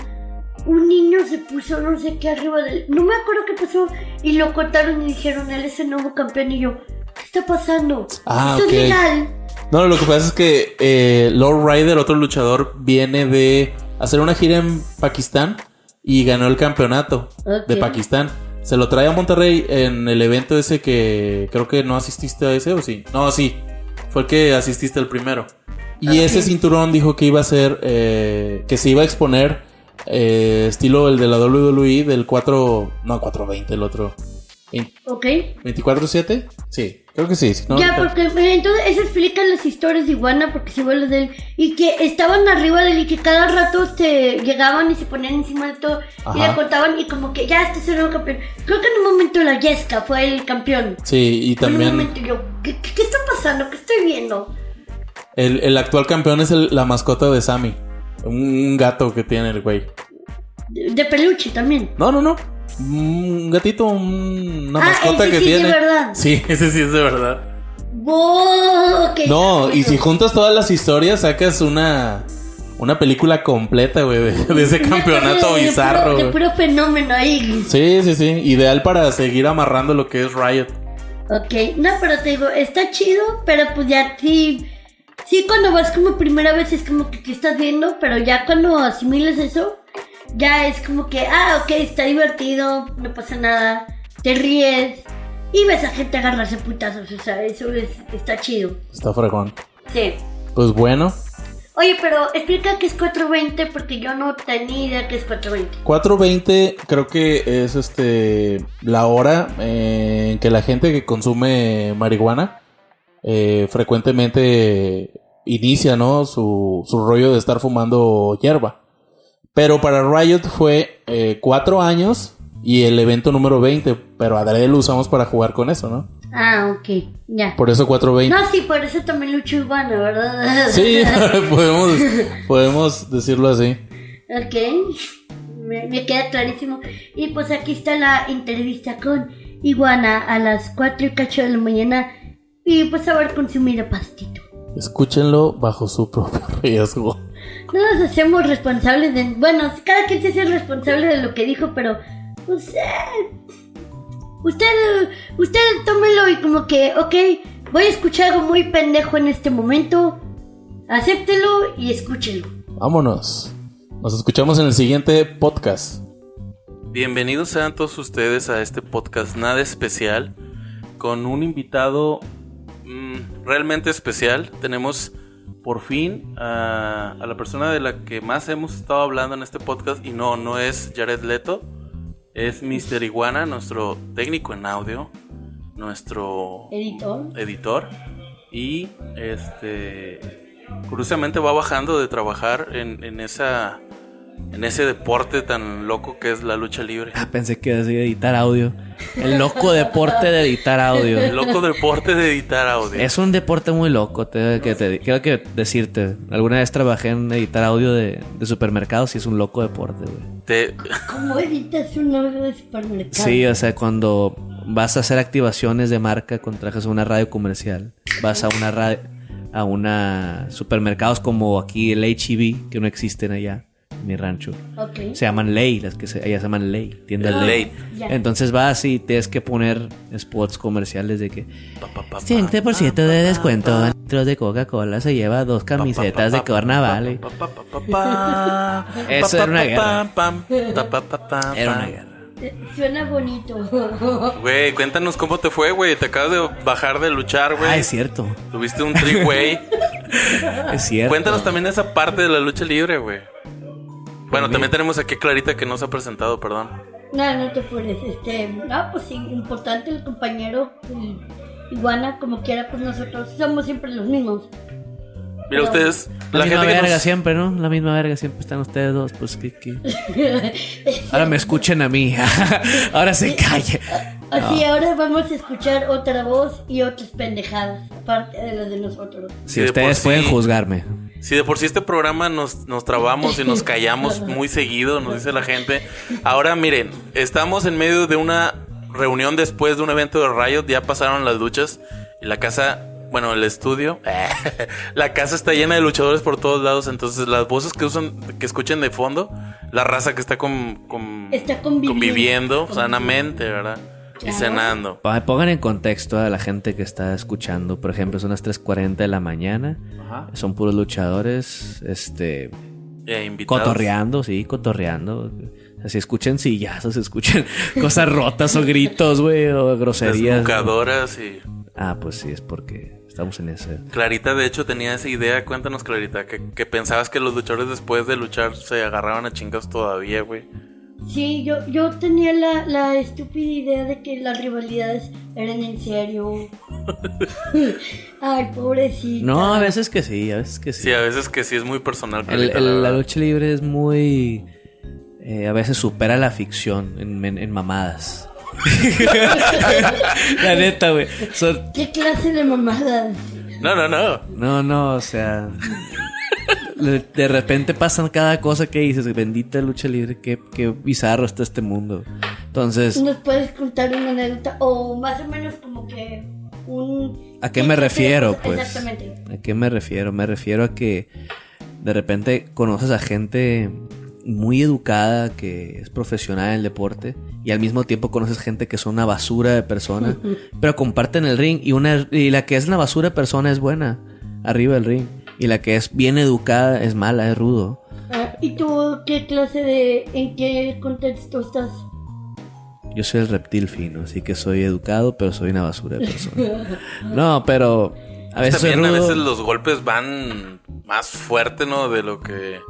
Speaker 2: un niño se puso no sé qué arriba del... No me acuerdo qué pasó y lo cortaron y dijeron, él es el nuevo campeón y yo, ¿qué está pasando?
Speaker 1: Ah,
Speaker 2: Esto
Speaker 1: ok.
Speaker 2: es legal.
Speaker 1: No, lo que pasa es que eh, Lord Ryder, otro luchador, viene de hacer una gira en Pakistán y ganó el campeonato
Speaker 2: Ok.
Speaker 1: de Pakistán. Se lo trae a Monterrey en el evento ese que creo que no asististe a ese o sí. No, sí. Fue el que asististe el primero. Y
Speaker 2: Ah,
Speaker 1: ese
Speaker 2: sí.
Speaker 1: cinturón dijo que iba a ser, eh, que se iba a exponer eh, estilo el de la WWE del 4, no 420, el otro. Vein-
Speaker 2: Ok.
Speaker 1: 24-7? Sí, creo que sí. si no,
Speaker 2: ya,
Speaker 1: ahorita-
Speaker 2: porque eh, entonces eso explica las historias de Iguana, porque si vuelas de él, y que estaban arriba de él y que cada rato se llegaban y se ponían encima de todo y
Speaker 1: Ajá.
Speaker 2: le contaban y como que ya este es el nuevo campeón. Creo que en un momento la Yesca fue el campeón.
Speaker 1: Sí, y
Speaker 2: En un
Speaker 1: también...
Speaker 2: momento yo, ¿qué, qué- qué está pasando? ¿Qué estoy viendo?
Speaker 1: El, el actual campeón es el- la mascota de Sammy. Un, un gato que tiene el güey.
Speaker 2: De, de peluche también.
Speaker 1: No, no, no. Un gatito, un- una
Speaker 2: Ah,
Speaker 1: mascota
Speaker 2: ese
Speaker 1: que
Speaker 2: sí es de
Speaker 1: tiene.
Speaker 2: verdad.
Speaker 1: Sí, [laughs] ese sí es de verdad.
Speaker 2: ¡Wow! ok,
Speaker 1: No,
Speaker 2: ya,
Speaker 1: y
Speaker 2: bueno.
Speaker 1: si juntas todas las historias, sacas una, una película completa, güey, de, de
Speaker 2: [laughs]
Speaker 1: ese
Speaker 2: Una cosa
Speaker 1: campeonato
Speaker 2: de- de
Speaker 1: bizarro,
Speaker 2: puro- De
Speaker 1: güey.
Speaker 2: puro fenómeno ahí.
Speaker 1: Sí, sí, sí. Ideal para seguir amarrando lo que es Riot.
Speaker 2: Ok, no, pero te digo, está chido, pero pues ya sí. Sí, cuando vas como primera vez es como que ¿qué estás viendo, pero ya cuando asimiles eso, ya es como que, ah, ok, está divertido, no pasa nada, te ríes y ves a gente agarrarse a putazos, o sea, eso es, está chido.
Speaker 1: Está fregón.
Speaker 2: Sí.
Speaker 1: Pues bueno,
Speaker 2: Oye, pero explica que es 420 porque yo no tenía idea que es 420.
Speaker 3: 4.20 creo que es este la hora eh, en que la gente que consume marihuana eh, frecuentemente inicia, ¿no? Su, su rollo de estar fumando hierba. Pero para Riot fue eh, cuatro años y el evento número 20, pero adrede lo usamos para jugar con eso, ¿no?
Speaker 2: Ah, ok, ya.
Speaker 3: Por eso 4.20.
Speaker 2: No, sí, por eso también lucha urbana, ¿verdad? [laughs]
Speaker 3: Sí, [laughs] podemos, podemos decirlo así.
Speaker 2: Ok, me, me queda clarísimo. Y pues aquí está la entrevista con Iguana a las 4 y cacho de la mañana. Y pues haber consumido pastito.
Speaker 3: Escúchenlo bajo su propio riesgo.
Speaker 2: No nos hacemos responsables de. Bueno, cada quien se hace responsable de lo que dijo, pero. Pues. eh, usted. Usted tómelo y como que, ok, voy a escuchar algo muy pendejo en este momento. Acéptelo y escúchelo.
Speaker 3: Vámonos. Nos escuchamos en el siguiente podcast. Bienvenidos sean todos ustedes a este podcast nada especial con un invitado mm, realmente especial. Tenemos por fin a, a la persona de la que más hemos estado hablando en este podcast y no, no es Jared Leto, es Mr. Iguana, nuestro técnico en audio, nuestro
Speaker 2: Editor.
Speaker 3: editor y este curiosamente va bajando de trabajar en, en esa en ese deporte tan loco que es la lucha libre.
Speaker 4: Ah, pensé que decía editar audio. El loco deporte de editar
Speaker 3: El
Speaker 4: audio.
Speaker 3: loco deporte de editar audio.
Speaker 4: Es un deporte muy loco, te, que te, creo que decirte. Alguna vez trabajé en editar audio de, de supermercados y es un loco deporte, güey.
Speaker 3: Te-
Speaker 2: ¿Cómo editas un audio de supermercado?
Speaker 4: Sí, o sea, cuando vas a hacer activaciones de marca, contrajas una radio comercial, vas a una radio, a una supermercados como aquí el HEB, que no existen allá, en mi rancho.
Speaker 2: Ok.
Speaker 4: Se llaman Ley, las que se, allá se llaman Ley, tiendas
Speaker 3: el
Speaker 4: Ley.
Speaker 3: late.
Speaker 2: Ya.
Speaker 4: Entonces vas y tienes que poner spots comerciales de que
Speaker 3: Pa, pa, pa, pa.
Speaker 4: 7% de descuento en litros de Coca-Cola se lleva dos camisetas de carnaval. eh.
Speaker 3: Pa, pa, pa, pa, pa, pa.
Speaker 4: Eso
Speaker 3: Pa,
Speaker 4: era una
Speaker 3: pa,
Speaker 4: guerra.
Speaker 3: pa, pam, ta, pa, pa, pa,
Speaker 4: Era
Speaker 3: pam.
Speaker 4: una guerra.
Speaker 2: Eh, Suena bonito.
Speaker 3: Güey, cuéntanos cómo te fue, güey. Te acabas de bajar de luchar,
Speaker 4: Ah,
Speaker 3: güey.
Speaker 4: es cierto.
Speaker 3: Tuviste un tri,
Speaker 4: [laughs]
Speaker 3: güey.
Speaker 4: Es cierto.
Speaker 3: Cuéntanos también esa parte de la lucha libre, güey. Bueno,
Speaker 4: Pues
Speaker 3: también tenemos aquí a Clarita que no se ha presentado, perdón.
Speaker 2: No, no te apures, este, no, pues sí, importante el compañero y Iguana, como quiera, pues nosotros somos siempre los mismos. [laughs]
Speaker 3: Mira
Speaker 2: No.
Speaker 3: ustedes,
Speaker 4: La,
Speaker 3: la
Speaker 4: misma
Speaker 3: gente que
Speaker 4: verga
Speaker 3: nos...
Speaker 4: siempre, pues ¿no? La misma verga siempre están ustedes dos. Pues que, que- Ahora me escuchen a mí. [laughs] Ahora se calle.
Speaker 2: Así, ahora vamos a escuchar otra voz y otras pendejadas, aparte de las de nosotros.
Speaker 4: Si
Speaker 3: Sí, de
Speaker 4: ustedes
Speaker 3: por
Speaker 4: pueden
Speaker 3: sí.
Speaker 4: juzgarme.
Speaker 3: Si de por sí este programa nos, nos trabamos
Speaker 2: [laughs]
Speaker 3: y nos callamos muy seguido, nos dice la gente. Ahora miren, estamos en medio de una reunión después de un evento de rayos, ya pasaron las duchas y la casa, bueno, el estudio, [laughs] la casa está llena de luchadores por todos lados, entonces las voces que usan, que escuchen de fondo, la raza que está con, con-
Speaker 2: Está conviviendo. Conviviendo.
Speaker 3: sanamente, ¿verdad? Y
Speaker 2: Claro.
Speaker 3: cenando.
Speaker 4: Pa- Pongan en contexto a la gente que está escuchando. Por ejemplo, son las 3.40 de la mañana. Son puros luchadores. Este.
Speaker 3: E invitados.
Speaker 4: Cotorreando, sí, cotorreando. Así escuchan sillazos, [laughs] escuchan cosas rotas o gritos, güey, o groserías.
Speaker 3: Desnucadoras y...
Speaker 4: Ah, pues sí, es porque estamos en ese.
Speaker 3: Clarita, de hecho, tenía esa idea. Cuéntanos, Clarita, que, que pensabas que los luchadores después de luchar se agarraban a chingas todavía, güey.
Speaker 2: Sí, yo, yo tenía la, la estúpida idea de que las rivalidades eran en serio. [laughs] Ay, pobrecita.
Speaker 4: No, a veces que sí, a veces que sí.
Speaker 3: Sí, a veces que sí es muy personal,
Speaker 4: El-
Speaker 3: Clarita.
Speaker 4: el-
Speaker 3: la
Speaker 4: la
Speaker 3: verdad.
Speaker 4: lucha libre es muy. eh, a veces supera la ficción en, en- en mamadas. [laughs] la neta, güey. Son-
Speaker 2: ¿Qué clase de mamadas?
Speaker 3: No, no, no.
Speaker 4: No, no, o sea. le- De repente pasan cada cosa que dices, bendita lucha libre, qué, qué bizarro está este mundo. Entonces,
Speaker 2: ¿Nos puedes contar una anécdota? O más o menos como que un...
Speaker 4: ¿a qué me refiero? Pues.
Speaker 2: Exactamente.
Speaker 4: ¿A qué me refiero? Me refiero a que de repente conoces a gente muy educada que es profesional en el deporte y al mismo tiempo conoces gente que son una basura de persona, pero comparten el ring y una y la que es una basura de persona es buena arriba del ring y la que es bien educada es mala, es rudo.
Speaker 2: Ah, ¿Y tú qué clase de... en qué contexto estás?
Speaker 4: Yo soy el reptil fino, así que soy educado, pero soy una basura de persona. No, pero A veces soy
Speaker 3: También a
Speaker 4: rudo.
Speaker 3: veces los golpes van más fuerte, ¿no? De lo que...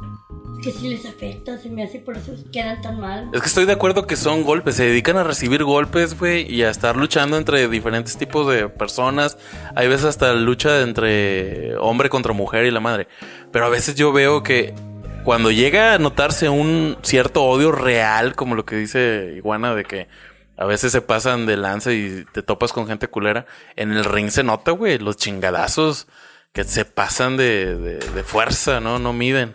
Speaker 2: Es que si les afecta, se me hace por eso quedan tan mal.
Speaker 3: Es que estoy de acuerdo que son golpes, se dedican a recibir golpes, güey, y a estar luchando entre diferentes tipos de personas. Hay veces hasta lucha entre hombre contra mujer y la madre. Pero a veces yo veo que cuando llega a notarse un cierto odio real, como lo que dice Iguana, de que a veces se pasan de lanza y te topas con gente culera, en el ring se nota, güey, los chingadazos que se pasan de, de- de fuerza, ¿no? No miden.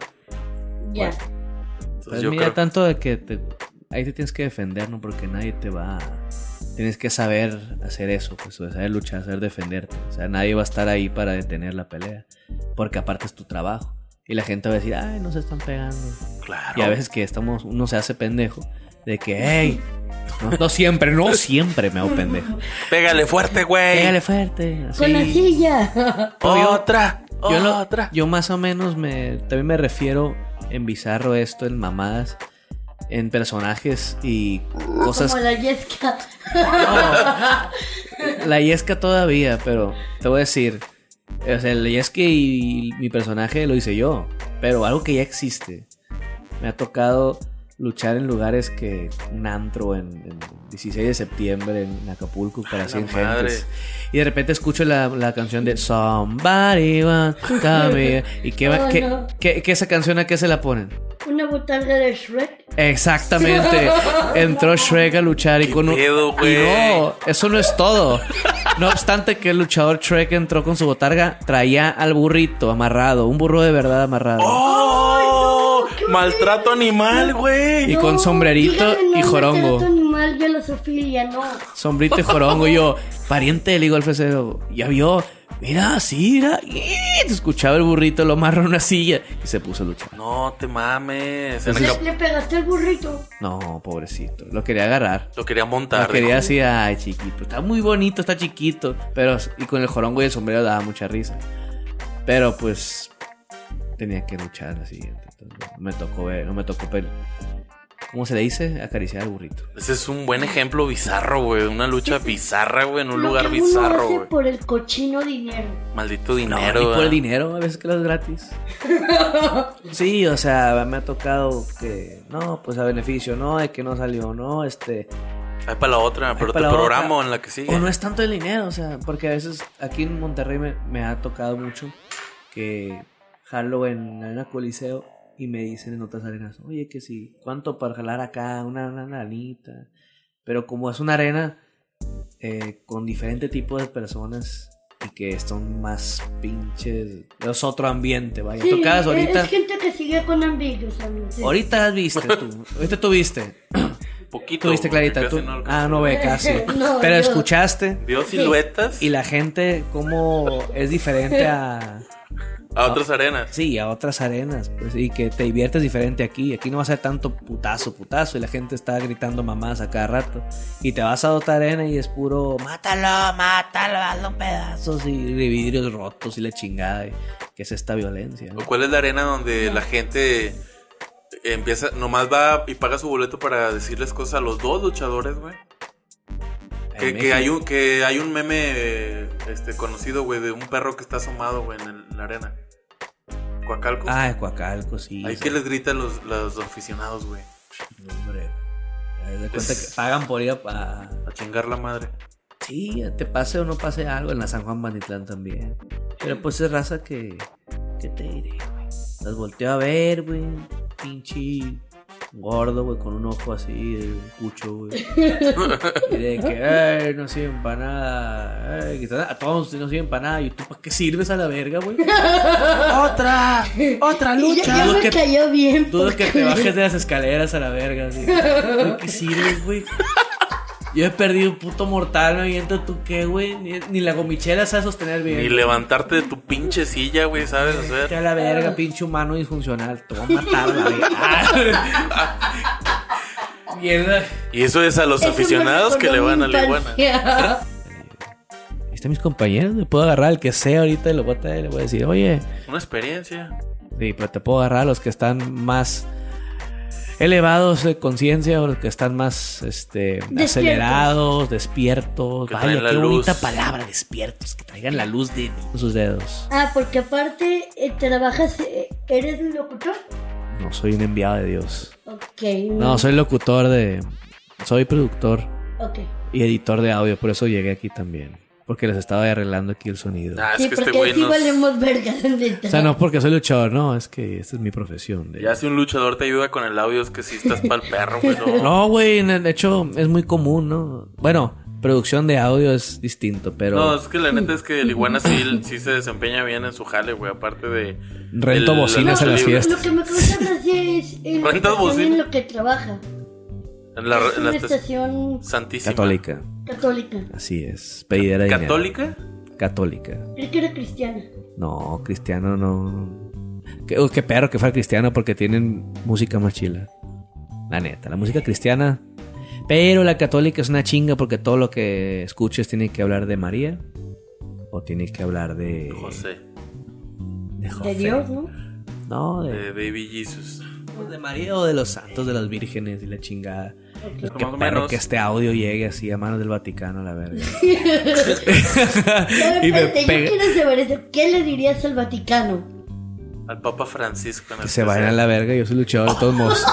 Speaker 2: Ya.
Speaker 3: Entonces
Speaker 4: Pues
Speaker 3: yo
Speaker 4: mira,
Speaker 3: creo-
Speaker 4: tanto de que te- ahí te tienes que defender, ¿no? Porque nadie te va a- Tienes que saber hacer eso, pues, o sea, saber luchar, saber defenderte. O sea, nadie va a estar ahí para detener la pelea. Porque aparte es tu trabajo. Y la gente va a decir, ay, no se están pegando.
Speaker 3: Claro.
Speaker 4: Y a veces que estamos, uno se hace pendejo. De que, hey, no, no siempre, no siempre me hago pendejo.
Speaker 3: Pégale fuerte, güey.
Speaker 4: Pégale fuerte. así.
Speaker 2: Con la silla.
Speaker 4: Oh,
Speaker 3: Otra,
Speaker 4: Yo, lo-
Speaker 3: Ah, otra.
Speaker 4: yo más o menos me, también me refiero en bizarro esto, en mamadas, en personajes y cosas.
Speaker 2: Como la yesca.
Speaker 4: [laughs] La Yesca todavía, pero te voy a decir. O sea, la Yesca y mi personaje lo hice yo, pero algo que ya existe. Me ha tocado luchar en lugares que un antro en, en 16 de septiembre en Acapulco para 100
Speaker 3: madre.
Speaker 4: gentes. Y de repente escucho la, la canción de Somebody Once Come Here. ¿Y qué, va-
Speaker 2: Oh,
Speaker 4: qué-
Speaker 2: no.
Speaker 4: qué- qué esa canción a qué se la ponen?
Speaker 2: Una botarga de Shrek.
Speaker 4: Exactamente. Entró Shrek a luchar y
Speaker 3: ¿Qué
Speaker 4: con un.
Speaker 3: pedo,
Speaker 4: y
Speaker 3: güey?
Speaker 4: no, eso no es todo. No obstante que el luchador Shrek entró con su botarga, traía al burrito amarrado, un burro de verdad amarrado.
Speaker 3: ¡Oh! Maltrato animal, güey.
Speaker 4: Y con sombrerito
Speaker 2: díganme, no,
Speaker 4: y jorongo.
Speaker 2: maltrato animal, ya la sofilia, no.
Speaker 4: Sombrito y jorongo. Y yo, pariente, le digo al fresero, ya vio, mira, sí, mira. Y te escuchaba el burrito, lo amarró en una silla y se puso a luchar.
Speaker 3: No te mames. En
Speaker 2: Le,
Speaker 3: Acapulco
Speaker 2: le pegaste al burrito.
Speaker 4: No, pobrecito. Lo quería agarrar.
Speaker 3: Lo quería
Speaker 4: Lo
Speaker 3: montar.
Speaker 4: quería
Speaker 3: dijo.
Speaker 4: así, ay, chiquito. Está muy bonito, está chiquito. Pero, y con el jorongo y el sombrero daba mucha risa. Pero pues, tenía que luchar en la siguiente. Entonces, no me tocó ver, no me tocó pero ¿Cómo se le dice? Acariciar al burrito.
Speaker 3: Ese es un buen ejemplo bizarro, güey. Una
Speaker 4: [laughs]
Speaker 3: lucha bizarra, güey, en un
Speaker 2: Lo
Speaker 3: lugar
Speaker 2: que uno
Speaker 3: bizarro,
Speaker 2: hace
Speaker 3: güey.
Speaker 2: por el cochino dinero.
Speaker 3: Maldito
Speaker 4: No,
Speaker 3: dinero.
Speaker 4: y por
Speaker 3: ¿verdad?
Speaker 4: el dinero, a veces que lo es gratis. Sí, o sea, me ha tocado que, no, pues a beneficio, no, es que no salió, no, este,
Speaker 3: Ahí para la otra, pero te
Speaker 4: para la otra.
Speaker 3: programo en la que sigue.
Speaker 4: O no es tanto el dinero, o sea, porque a veces aquí en Monterrey me, me ha tocado mucho que jalo en Arena Coliseo y me dicen en otras arenas, oye, que sí, ¿cuánto para jalar acá? Una, una lanita. Pero como es una arena eh, con diferente tipo de personas y que están más pinches, es otro ambiente, vaya.
Speaker 2: Sí,
Speaker 4: Tocadas
Speaker 2: es-
Speaker 4: ahorita,
Speaker 2: Es gente que sigue con amigos, amigos. sí.
Speaker 4: ahorita has visto tú, ahorita tuviste,
Speaker 3: [laughs] Poquito.
Speaker 4: tuviste
Speaker 3: güey,
Speaker 4: Clarita,
Speaker 3: casi
Speaker 4: tú,
Speaker 3: no alcanzó.
Speaker 4: ah, no ve casi,
Speaker 2: [laughs] No,
Speaker 4: pero
Speaker 2: yo-
Speaker 4: escuchaste.
Speaker 3: Vio siluetas
Speaker 4: Y la gente, cómo es diferente a.
Speaker 3: a otras arenas.
Speaker 4: Sí, a otras arenas. Pues, y que te diviertes diferente aquí. Aquí no va a ser tanto putazo, putazo. Y la gente está gritando mamás a cada rato. Y te vas a otra arena y es puro. Mátalo, mátalo, hazlo en pedazos. Y vidrios rotos y la chingada. y- que es esta violencia? ¿no?
Speaker 3: ¿O cuál es la arena donde la gente empieza, nomás va y paga su boleto para decirles cosas a los dos luchadores, güey? Que,
Speaker 4: En
Speaker 3: que hay
Speaker 4: México.
Speaker 3: un, que hay un meme eh, este, conocido, güey, de un perro que está asomado, güey, en, el- en la arena. Coacalco.
Speaker 4: Ah, en Coacalco, sí.
Speaker 3: Ahí
Speaker 4: sí.
Speaker 3: que les gritan los, los aficionados, güey.
Speaker 4: No, hombre. Te das cuenta
Speaker 3: Es-
Speaker 4: que pagan por ir a. a-
Speaker 3: A chingar la madre.
Speaker 4: Sí, te pase o no pase algo en la San Juan Banitlán también. Pero pues es raza que. ¿Qué te diré, güey? Las volteo a ver, güey. Pinche gordo, güey, con un ojo así, de un cucho, güey. Y de que, ay, no sirven para nada. Ay, que están- a todos no sirven para nada. ¿Y tú para qué sirves a la
Speaker 2: [laughs]
Speaker 4: verga, güey? ¡Otra! ¡Otra
Speaker 2: Y ya, ya
Speaker 4: Dudo
Speaker 2: me
Speaker 4: que-
Speaker 2: cayó bien.
Speaker 4: Dudo que te
Speaker 2: porque-
Speaker 4: bajes de las escaleras a la verga. así. ¿Tú qué sirves, güey? Yo he perdido un puto mortal, me aviento tú qué, güey. Ni, ni la gomichela sabe sostener bien.
Speaker 3: Y levantarte de tu pinche silla, güey, ¿sabes?
Speaker 4: Vete
Speaker 3: hacer?
Speaker 4: a la verga, pinche humano disfuncional. Te voy a matar, la verga. [laughs] Ah. Mierda.
Speaker 3: y eso es a los
Speaker 2: Eso me
Speaker 3: aficionados que le
Speaker 2: recordó
Speaker 3: van
Speaker 2: mi
Speaker 3: a la iguana.
Speaker 2: infancia.
Speaker 4: Ahí están mis compañeros, me puedo agarrar al que sea ahorita y lo voy a traer, le voy a decir, oye,
Speaker 3: Una experiencia.
Speaker 4: sí, pero te puedo agarrar a los que están más elevados de conciencia o los que están más este,
Speaker 2: Despiertos.
Speaker 4: acelerados, despiertos.
Speaker 3: Que
Speaker 4: Vaya,
Speaker 3: traen la
Speaker 4: qué
Speaker 3: luz.
Speaker 4: bonita palabra, despiertos, que traigan la luz de sus dedos.
Speaker 2: [laughs] Ah, porque aparte eh, trabajas, eh, ¿eres un locutor?
Speaker 4: No, soy un enviado de Dios.
Speaker 2: Ok.
Speaker 4: No, soy locutor de... Soy productor
Speaker 2: Ok.
Speaker 3: Ah,
Speaker 4: y editor de audio, por eso llegué aquí también. Porque les estaba arreglando aquí el sonido.
Speaker 3: Ah, es
Speaker 2: sí,
Speaker 3: que este
Speaker 2: porque
Speaker 3: güey
Speaker 2: así
Speaker 3: no.
Speaker 2: valemos verga [laughs] donde
Speaker 4: O sea, no porque soy luchador, no, es que esta es mi profesión. de-
Speaker 3: Ya si un luchador te ayuda con el audio, es que si estás pa'l perro, güey. No.
Speaker 4: No, güey, en- de hecho es muy común, ¿no? Bueno, producción de audio es distinto, pero
Speaker 3: No, es que la neta es que el iguana sí, sí se desempeña bien en su jale, güey. Aparte de.
Speaker 4: rento
Speaker 3: el-
Speaker 4: bocinas
Speaker 3: la-
Speaker 4: en las
Speaker 3: la-
Speaker 2: Lo
Speaker 4: fiestas.
Speaker 2: que me causa gracia es
Speaker 3: [laughs]
Speaker 2: el
Speaker 3: Rentas bocina.
Speaker 2: en lo que trabaja.
Speaker 3: La,
Speaker 2: es una
Speaker 3: la-
Speaker 2: estación
Speaker 3: Santísima.
Speaker 4: Católica,
Speaker 2: católica.
Speaker 4: así es, pedidera de dinero.
Speaker 3: ¿Católica?
Speaker 4: Católica.
Speaker 2: Creí que era cristiana.
Speaker 4: No, cristiano no. Qué, oh, qué perro que fue cristiano porque tienen música más chila. La neta, la música cristiana. Pero la católica es una chinga porque todo lo que escuches tiene que hablar de María o tiene que hablar de
Speaker 3: José.
Speaker 4: de, José.
Speaker 2: De Dios,
Speaker 4: [laughs]
Speaker 2: ¿no?
Speaker 4: No,
Speaker 3: De
Speaker 4: de,
Speaker 3: Baby Jesus.
Speaker 4: Pues de María o de los santos, de las vírgenes y la chingada.
Speaker 2: Ok.
Speaker 4: Qué
Speaker 3: Más o
Speaker 4: perro
Speaker 3: menos.
Speaker 4: que este audio llegue así a manos del Vaticano, la verga.
Speaker 2: Ya,
Speaker 4: y me
Speaker 2: espérate,
Speaker 4: pega.
Speaker 2: Yo quiero saber eso. ¿Qué le dirías al Vaticano?
Speaker 3: Al Papa Francisco. en
Speaker 4: Que
Speaker 3: este
Speaker 4: se vayan a la verga, yo soy luchador de todos modos.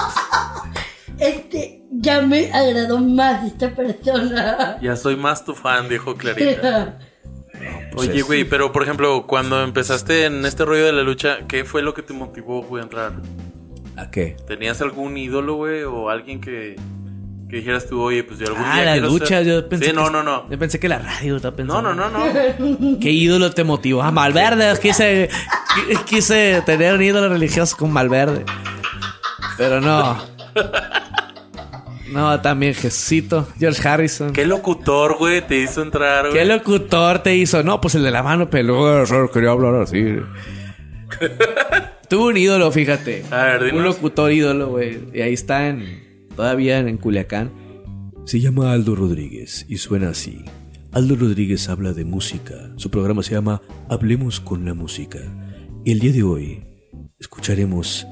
Speaker 2: Este, ya me agradó más esta persona.
Speaker 3: Ya soy más tu fan, dijo Clarita.
Speaker 4: [laughs]
Speaker 2: [laughs]
Speaker 4: Pues
Speaker 3: Oye,
Speaker 4: es-
Speaker 3: güey, pero por ejemplo, cuando empezaste en este rollo de la lucha, ¿qué fue lo que te motivó, güey, a entrar?
Speaker 4: ¿A qué?
Speaker 3: ¿Tenías algún ídolo, güey, o alguien que, que dijeras tú, oye, pues yo algún
Speaker 4: Ah,
Speaker 3: día
Speaker 4: las
Speaker 3: quiero
Speaker 4: luchas,
Speaker 3: ser-
Speaker 4: yo pensé.
Speaker 3: Sí, no,
Speaker 4: que-
Speaker 3: no, no.
Speaker 4: Yo pensé que la radio estaba
Speaker 3: No,
Speaker 4: pensando.
Speaker 3: no, no, no.
Speaker 4: [laughs] ¿Qué ídolo te motivó? A Malverde, quise, qui- quise tener un ídolo religioso con Malverde. Pero no. No, también Jesucito, George Harrison.
Speaker 3: ¿Qué locutor, güey, te hizo entrar,
Speaker 4: ¿Qué
Speaker 3: güey?
Speaker 4: locutor te hizo? No, pues el de la mano peluda. solo Quería
Speaker 3: [laughs]
Speaker 4: hablar así. Tuve un ídolo, fíjate.
Speaker 3: A ver,
Speaker 4: un
Speaker 3: dinos.
Speaker 4: locutor ídolo, güey. Y ahí está en, todavía en, en Culiacán.
Speaker 5: Se llama Aldo Rodríguez y suena así. Aldo Rodríguez habla de música. Su programa se llama Hablemos con la música. Y el día de hoy escucharemos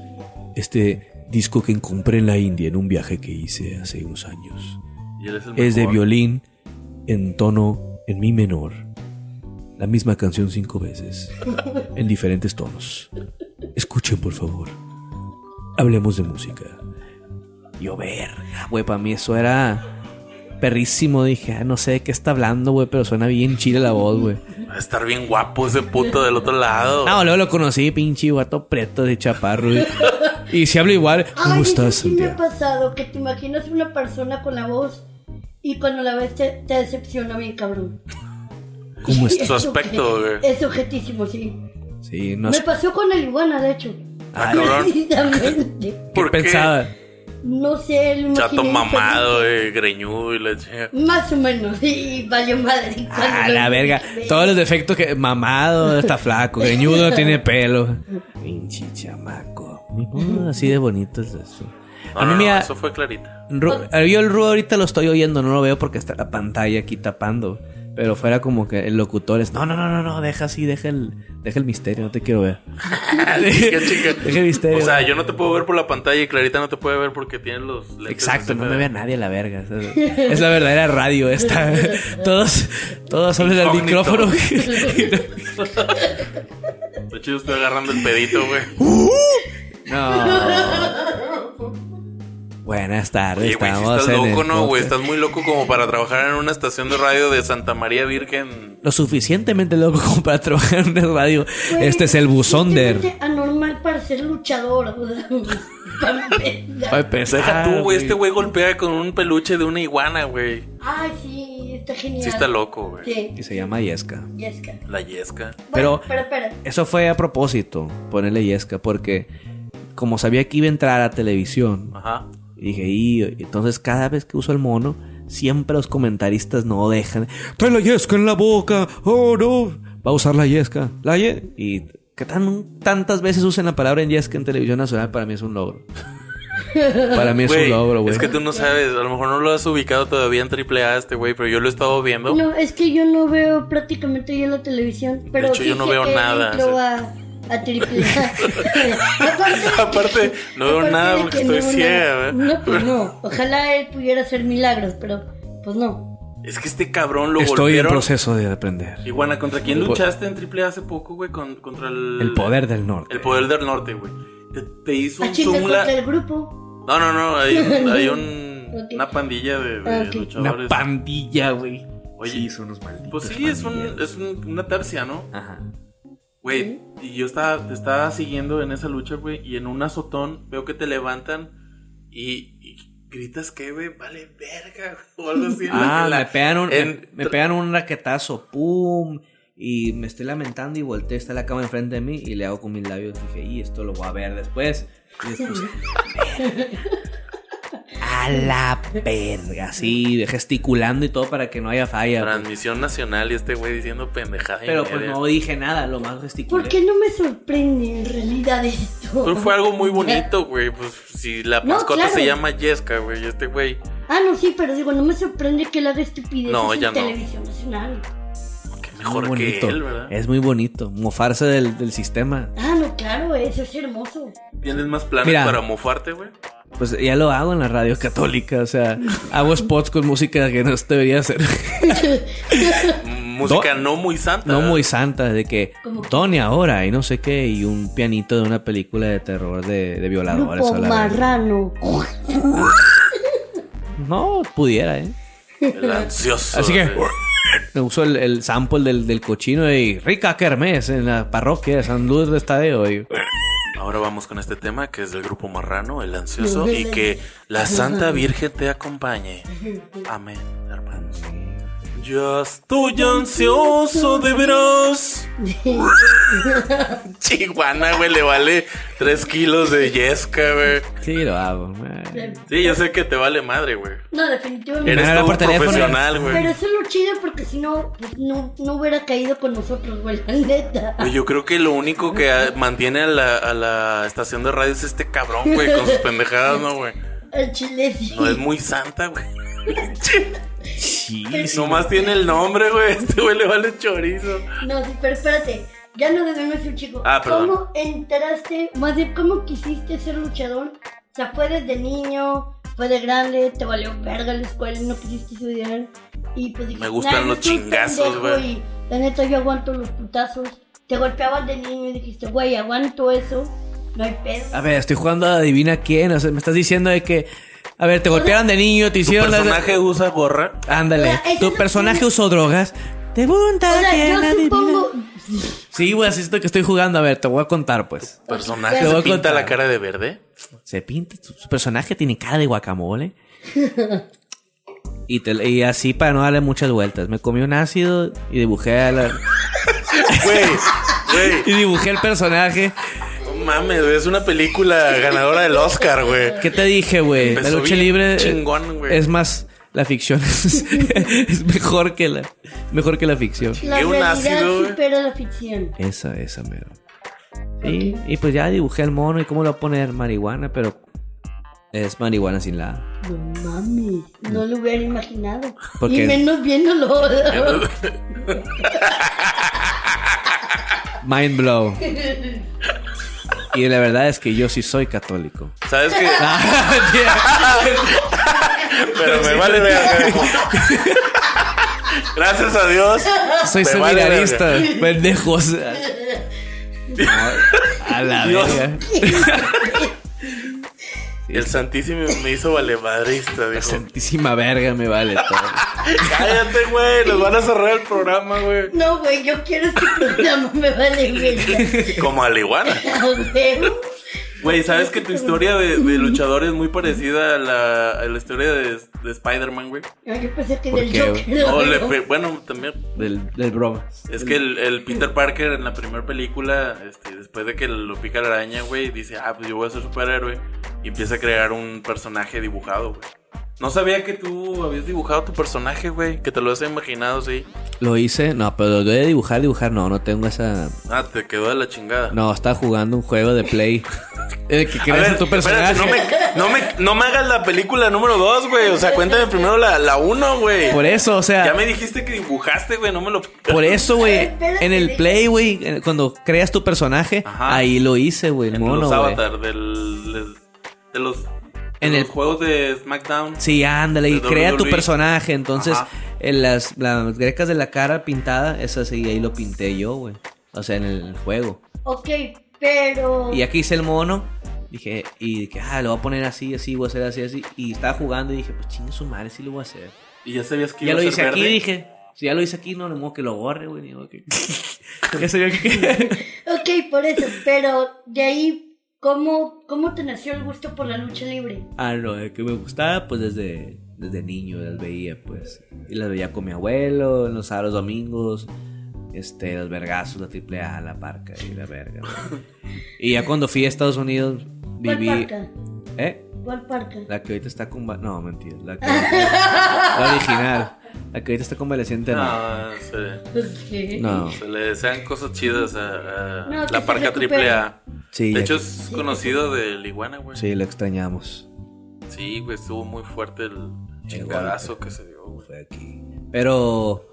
Speaker 5: este disco que compré en la India en un viaje que hice hace unos años.
Speaker 3: Y él es, el
Speaker 5: Es de
Speaker 3: mejor.
Speaker 5: violín en tono en mi menor. La misma canción cinco
Speaker 2: [laughs]
Speaker 5: veces, en diferentes tonos. Escuchen, por favor. Hablemos de música.
Speaker 4: Yo, verga, güey, para mí eso era perrísimo. Dije, ah, no sé de qué está hablando, güey, pero suena bien chile la
Speaker 2: [laughs]
Speaker 4: voz, güey.
Speaker 3: Va a estar bien guapo ese puto del otro lado.
Speaker 4: No, luego lo conocí, pinche guato preto de chaparro.
Speaker 2: [laughs]
Speaker 4: Y, y si hablo igual,
Speaker 2: Ay,
Speaker 5: ¿Cómo estás,
Speaker 2: eso sí me ha
Speaker 5: Santiago?
Speaker 2: pasado que te imaginas una persona con la voz y cuando la ves te, te decepciona bien cabrón. [laughs]
Speaker 5: ¿Cómo
Speaker 3: Su
Speaker 2: Es
Speaker 3: aspecto,
Speaker 2: obje-
Speaker 3: güey.
Speaker 2: Es objetísimo, sí.
Speaker 4: sí, no
Speaker 2: Me
Speaker 4: sé
Speaker 2: pasó con el iguana, de hecho.
Speaker 3: Ah,
Speaker 2: [laughs]
Speaker 3: cabrón.
Speaker 2: Precisamente.
Speaker 4: qué
Speaker 3: ¿Por qué?
Speaker 4: pensaba.
Speaker 2: No sé, el
Speaker 3: Chato mamado, güey, greñudo y la chica.
Speaker 2: Más o menos, y valió madre. cuando
Speaker 4: Ah,
Speaker 2: lo
Speaker 4: la
Speaker 2: vi,
Speaker 4: verga.
Speaker 2: ve-
Speaker 4: Todos los defectos que. Mamado, está flaco.
Speaker 2: [laughs]
Speaker 4: Greñudo, tiene pelo. Pinche chamaco. Ni modo, así de bonito es esto.
Speaker 3: No,
Speaker 4: A
Speaker 3: no,
Speaker 4: mí,
Speaker 3: no,
Speaker 4: mira,
Speaker 3: Ah, eso fue [laughs] Clarita.
Speaker 4: Ru- yo el Ru ahorita lo estoy oyendo, no lo veo porque está la pantalla aquí tapando. Pero fuera como que el locutor es. No, no, no, no, no, deja así, deja el, deja el misterio, no te quiero ver.
Speaker 3: [laughs] Chica, chica.
Speaker 4: [laughs] Deja el misterio.
Speaker 3: O sea, yo no te puedo ver por la pantalla y Clarita no te puede ver porque tiene los lentes.
Speaker 4: Exacto,
Speaker 3: así
Speaker 4: no
Speaker 3: de-
Speaker 4: me vea nadie a la verga. o sea, Es la verdadera radio esta. [laughs] Todos, todos hablan al
Speaker 3: Incógnito.
Speaker 4: micrófono.
Speaker 3: [laughs] De hecho, yo estoy agarrando el pedito, güey.
Speaker 4: Uh, No. [laughs] Buenas tardes,
Speaker 3: Oye, güey, si
Speaker 4: estamos
Speaker 3: estás
Speaker 4: en el
Speaker 3: loco, ¿no, güey?
Speaker 4: podcast.
Speaker 3: Estás muy loco como para trabajar en una estación de radio de Santa María Virgen.
Speaker 4: Lo suficientemente loco como para trabajar en una radio.
Speaker 2: Güey,
Speaker 4: Este es el buzón de.
Speaker 2: simplemente anormal para ser luchador. [laughs] o sea, para empezar.
Speaker 4: Ay, pesa.
Speaker 3: Deja tú, güey. Este güey golpea con un peluche de una iguana, güey.
Speaker 2: Ay, sí, está genial.
Speaker 3: Sí está loco, güey.
Speaker 2: Sí,
Speaker 4: Y se llama Yesca.
Speaker 2: Yesca.
Speaker 3: La yesca.
Speaker 4: Pero-
Speaker 2: Bueno, espera, espera.
Speaker 4: Eso fue a propósito, ponerle Yesca, porque como sabía que iba a entrar a televisión,
Speaker 3: Ajá.
Speaker 4: Y dije, y entonces cada vez que uso el mono, siempre los comentaristas no dejan. Trae la yesca en la boca, oh no. Va a usar la yesca, la ye. Y que tan, tantas veces usen la palabra en yesca en televisión nacional, para mí es
Speaker 3: [laughs]
Speaker 4: un logro. para mí es
Speaker 3: Güey,
Speaker 4: un logro, güey.
Speaker 3: Es que tú no sabes. A lo mejor no lo has ubicado todavía en triple A este güey, pero yo lo he estado viendo.
Speaker 2: No, es que yo no veo prácticamente ya la televisión. Pero
Speaker 3: hecho, yo
Speaker 2: sí
Speaker 3: no
Speaker 2: sé
Speaker 3: veo
Speaker 2: que
Speaker 3: nada,
Speaker 2: entró
Speaker 3: o
Speaker 2: a, a triple
Speaker 3: [laughs]
Speaker 2: A. aparte,
Speaker 3: Aparte, no veo
Speaker 2: aparte
Speaker 3: nada
Speaker 2: de
Speaker 3: porque
Speaker 2: que
Speaker 3: estoy
Speaker 2: no veo nada.
Speaker 3: ciega. ¿verdad?
Speaker 2: No, pues
Speaker 3: [laughs]
Speaker 2: no. Ojalá él pudiera hacer milagros, pero pues no.
Speaker 3: Es que este cabrón lo
Speaker 4: Estoy en
Speaker 3: golpearon.
Speaker 4: proceso de aprender.
Speaker 3: Iguana, ¿contra quién
Speaker 4: El po-
Speaker 3: luchaste en AAA hace poco, güey? Con- contra el...
Speaker 4: El poder del norte.
Speaker 3: El poder del norte, güey. Te, te hizo
Speaker 2: A
Speaker 3: un
Speaker 2: chinga
Speaker 3: zoom la-
Speaker 2: contra el grupo.
Speaker 3: No, no, no. Hay, hay un-
Speaker 2: Ok.
Speaker 3: una pandilla de, de
Speaker 2: Ok.
Speaker 4: Una
Speaker 3: luchadores.
Speaker 4: pandilla, güey.
Speaker 3: Oye,
Speaker 4: Sí, son unos malditos.
Speaker 3: Pues sí, es, un,
Speaker 4: pandilleros.
Speaker 3: es un- una tercia, ¿no?
Speaker 4: Ajá.
Speaker 3: Güey, y yo estaba, te estaba siguiendo en esa lucha, güey, y en un azotón veo que te levantan y, y gritas que, güey, vale verga, [laughs] o algo así. en la-
Speaker 4: Ah,
Speaker 3: en la-
Speaker 4: me pegan, un,
Speaker 3: en-
Speaker 4: me, me pegan un raquetazo, pum. Y me estoy lamentando y volteé, está la cama enfrente de mí y le hago con mis labios. Dije, y esto lo voy a ver después. Y después, a la verga, así, gesticulando y todo para que no haya falla. pues.
Speaker 3: Transmisión nacional y este güey diciendo pendejada. y
Speaker 4: Pero pues
Speaker 3: media.
Speaker 4: no dije nada, lo más gesticulé.
Speaker 2: ¿Por qué no me sorprende en realidad esto?
Speaker 3: Pero fue
Speaker 2: [laughs]
Speaker 3: algo muy bonito, güey. Pues si la
Speaker 2: No,
Speaker 3: mascota
Speaker 2: claro.
Speaker 3: se llama Yesca, güey, y este güey.
Speaker 2: Ah, no, sí, pero digo, no me sorprende que él haga estupideces
Speaker 3: No,
Speaker 2: en
Speaker 3: ya no.
Speaker 2: televisión nacional.
Speaker 3: Que
Speaker 4: Es muy
Speaker 3: mejor
Speaker 4: bonito. Eh,
Speaker 3: que él, ¿verdad?
Speaker 4: es muy bonito, mofarse del, del sistema.
Speaker 2: Ah, no, claro, eso es hermoso.
Speaker 3: ¿Tienes más planes
Speaker 4: Mira.
Speaker 3: para mofarte, güey?
Speaker 4: Pues ya lo hago en la radio católica, o sea, hago spots con música que no debería hacer.
Speaker 3: Música no muy santa.
Speaker 4: no muy santa, de que
Speaker 2: Como que-
Speaker 4: Tony ahora y no sé qué, y un pianito de una película de terror de, de violadores.
Speaker 2: Grupo
Speaker 4: a la verga.
Speaker 2: marrano.
Speaker 4: No, pudiera, ¿eh?
Speaker 3: El ansioso.
Speaker 4: Así que
Speaker 3: güey.
Speaker 4: me uso el, el sample del, del cochino y Rica Kermés en la parroquia de San Luis de Estadeo. y-
Speaker 3: Ahora vamos con este tema que es del grupo marrano, el ansioso,
Speaker 2: Ujú.
Speaker 3: y que la Santa Virgen te acompañe. Amén, hermanos. Ya estoy ansioso
Speaker 2: [laughs]
Speaker 3: de veras. Chihuana, güey, le vale 3 kilos de yesca, güey.
Speaker 4: Sí, lo hago. eh.
Speaker 3: Sí, yo sé que te vale madre, güey.
Speaker 2: No, definitivamente.
Speaker 3: Eres
Speaker 4: habla
Speaker 3: tú
Speaker 4: por
Speaker 3: un
Speaker 4: teléfono.
Speaker 3: profesional,
Speaker 2: Pero
Speaker 3: güey.
Speaker 2: eso es lo chido porque si no, pues, no, no hubiera caído con nosotros, güey, la neta.
Speaker 3: Güey, Pues Yo creo que lo único que ah, mantiene a la, a la estación de radio es este cabrón, güey, con sus pendejadas, ¿no, güey?
Speaker 2: El chile sí.
Speaker 3: No es muy santa, güey.
Speaker 4: Sí,
Speaker 3: Nomás tiene el nombre, güey. Este güey le vale chorizo.
Speaker 2: No, sí, pero espérate. Ya no debemos un chico.
Speaker 3: Ah, perdón.
Speaker 2: ¿Cómo entraste? Más bien, ¿cómo quisiste ser luchador? O sea, fue desde niño, fue de grande, te valió verga la escuela, no quisiste estudiar. Y pues dijiste,
Speaker 3: Me gustan
Speaker 2: "Nah,
Speaker 3: los
Speaker 2: yo soy un
Speaker 3: chingazos,
Speaker 2: pendejo
Speaker 3: güey".
Speaker 2: y La neta, yo aguanto los putazos. Te golpeabas de niño y dijiste, güey, aguanto eso. No hay pedo.
Speaker 4: A ver, estoy jugando a adivina quién. O sea, me estás diciendo de que. A ver, te golpearon de niño, te
Speaker 3: Tu
Speaker 4: hicieron. las-
Speaker 3: personaje usa gorra.
Speaker 4: Ándale.
Speaker 2: O sea, eso
Speaker 4: tu
Speaker 2: no
Speaker 4: personaje
Speaker 2: tiene-
Speaker 4: usó drogas. Te pregunta
Speaker 2: O sea,
Speaker 4: quién
Speaker 2: yo
Speaker 4: adivina.
Speaker 2: supongo.
Speaker 4: Sí, güey, así es lo que estoy jugando. A ver, te voy a contar, pues.
Speaker 3: Personaje
Speaker 4: Te voy
Speaker 3: se
Speaker 4: a
Speaker 3: pinta
Speaker 4: contar.
Speaker 3: la cara de verde.
Speaker 4: Se pinta, su, su personaje tiene cara de guacamole.
Speaker 3: [laughs]
Speaker 4: Y, te- y así para no darle muchas vueltas. Me comí un ácido y dibujé a la-
Speaker 3: [laughs] Güey, güey.
Speaker 4: y dibujé el personaje.
Speaker 3: No mames, güey. Es una película ganadora del Oscar, güey.
Speaker 4: ¿Qué te dije, güey? La
Speaker 3: Empezó
Speaker 4: lucha
Speaker 3: bien
Speaker 4: libre eh,
Speaker 3: chingón, güey.
Speaker 4: es más la ficción es, [laughs] es mejor que la mejor que la ficción.
Speaker 2: La
Speaker 3: un
Speaker 2: realidad
Speaker 3: ácido, güey.
Speaker 2: supera la ficción.
Speaker 4: Esa, esa mero. Sí, y pues ya dibujé el mono y cómo lo voy a poner marihuana, pero es marihuana sin la.
Speaker 2: No mames, no lo hubiera imaginado.
Speaker 4: ¿Por
Speaker 2: Y
Speaker 4: qué?
Speaker 2: menos viéndolo.
Speaker 4: Mind blow. Y la verdad es que yo sí
Speaker 3: [laughs]
Speaker 4: soy católico. [laughs]
Speaker 3: ¿Sabes qué?
Speaker 4: Ah, tía.
Speaker 3: Pero me vale verga. [laughs] Gracias a Dios.
Speaker 4: soy
Speaker 3: Me vale
Speaker 4: seminarista,
Speaker 3: [laughs]
Speaker 4: pendejos. A- A la
Speaker 3: Dios.
Speaker 4: verga.
Speaker 3: El Santísimo me hizo valemadrista,
Speaker 4: La
Speaker 3: dijo.
Speaker 4: santísima verga me vale todo.
Speaker 3: Cállate, güey. Nos van a cerrar el programa, güey.
Speaker 2: [laughs] No, güey, yo quiero este programa, me vale
Speaker 3: [laughs]
Speaker 2: verga.
Speaker 3: Como a la iguana.
Speaker 2: A huevo.
Speaker 3: Güey, ¿sabes que tu historia de, de luchador es muy parecida a la, a la historia de, de Spider-Man, güey?
Speaker 2: No, yo pensé que
Speaker 4: ¿Por
Speaker 2: del
Speaker 4: qué,
Speaker 2: Joker.
Speaker 4: güey?
Speaker 3: O
Speaker 2: güey.
Speaker 3: le pe- bueno, también.
Speaker 4: Del, del broma.
Speaker 3: Es que el, el Peter Parker en la primera película, este, después de que lo pica la araña, güey, dice, ah, pues yo voy a ser superhéroe. Y empieza a crear un personaje dibujado, güey. No sabía que tú habías dibujado tu personaje, güey. Que te lo has imaginado, sí.
Speaker 4: Lo hice, no, pero lo de dibujar, dibujar, no, no tengo esa.
Speaker 3: Ah, te quedó de la chingada.
Speaker 4: No, estaba jugando un juego de play. en el que
Speaker 3: A
Speaker 4: creas
Speaker 3: ver,
Speaker 4: a tu
Speaker 3: espérate,
Speaker 4: personaje.
Speaker 3: no, me, no, me, no me hagas la película número 2, güey. O sea, cuéntame primero la, la uno, güey.
Speaker 4: Por eso, o sea.
Speaker 3: Ya me dijiste que dibujaste, güey. No me lo.
Speaker 4: Por eso, güey,
Speaker 2: Espérate,
Speaker 4: en el
Speaker 2: güey.
Speaker 4: play, güey, eh, cuando creas tu personaje,
Speaker 3: Ajá.
Speaker 4: ahí lo hice, güey,
Speaker 3: [laughs]
Speaker 4: el
Speaker 3: en
Speaker 4: mono,
Speaker 3: los
Speaker 4: güey.
Speaker 3: avatar del, de los. de
Speaker 4: En
Speaker 3: los
Speaker 4: el-
Speaker 3: juegos de SmackDown.
Speaker 4: Sí, ándale, y
Speaker 3: De
Speaker 4: crea tu
Speaker 3: WWE.
Speaker 4: personaje. Entonces,
Speaker 3: Ajá.
Speaker 4: en las, las grecas de la cara pintada, esa sí, ahí lo pinté yo, güey. O sea, en el juego.
Speaker 2: Ok, pero.
Speaker 4: Y aquí hice el mono. Dije, y dije, ah, lo voy a poner así, así, voy a hacer así, así. Y estaba jugando y dije, pues chingue su madre, sí lo voy a hacer.
Speaker 3: Y ya sabías que
Speaker 4: ya
Speaker 3: iba
Speaker 4: lo
Speaker 3: a ser
Speaker 4: hice aquí,
Speaker 3: verde.
Speaker 4: dije. Si ya lo hice aquí, no, no modo que lo borre, güey. ni modo que- [laughs] ya sabía que.
Speaker 2: Ok, por eso, pero de ahí, ¿cómo, ¿cómo te nació el gusto por la lucha libre?
Speaker 4: ah, no, el que me gustaba, pues desde, desde niño las veía, pues. Y las veía con mi abuelo, en los sábados, domingos. Este, los vergazos, la triple A, la parca y la verga. güey. y ya cuando fui a Estados Unidos,
Speaker 2: ¿Cuál
Speaker 4: viví.
Speaker 2: parca?
Speaker 4: ¿Eh?
Speaker 2: ¿Cuál parca?
Speaker 4: La que ahorita está con... No, mentira. La, que... la original. La que ahorita está convaleciente. este No.
Speaker 3: No, se,
Speaker 2: Ok. [laughs]
Speaker 4: no.
Speaker 3: se le desean cosas chidas a, a
Speaker 2: No, que
Speaker 3: la
Speaker 2: se
Speaker 3: parca
Speaker 2: recupere.
Speaker 3: triple A.
Speaker 4: Sí,
Speaker 3: De
Speaker 4: ya-
Speaker 3: hecho, es conocido del iguana, güey.
Speaker 4: sí, lo extrañamos.
Speaker 3: Sí, güey, estuvo muy fuerte el chingadazo que se dio, güey.
Speaker 4: Fue aquí. Pero...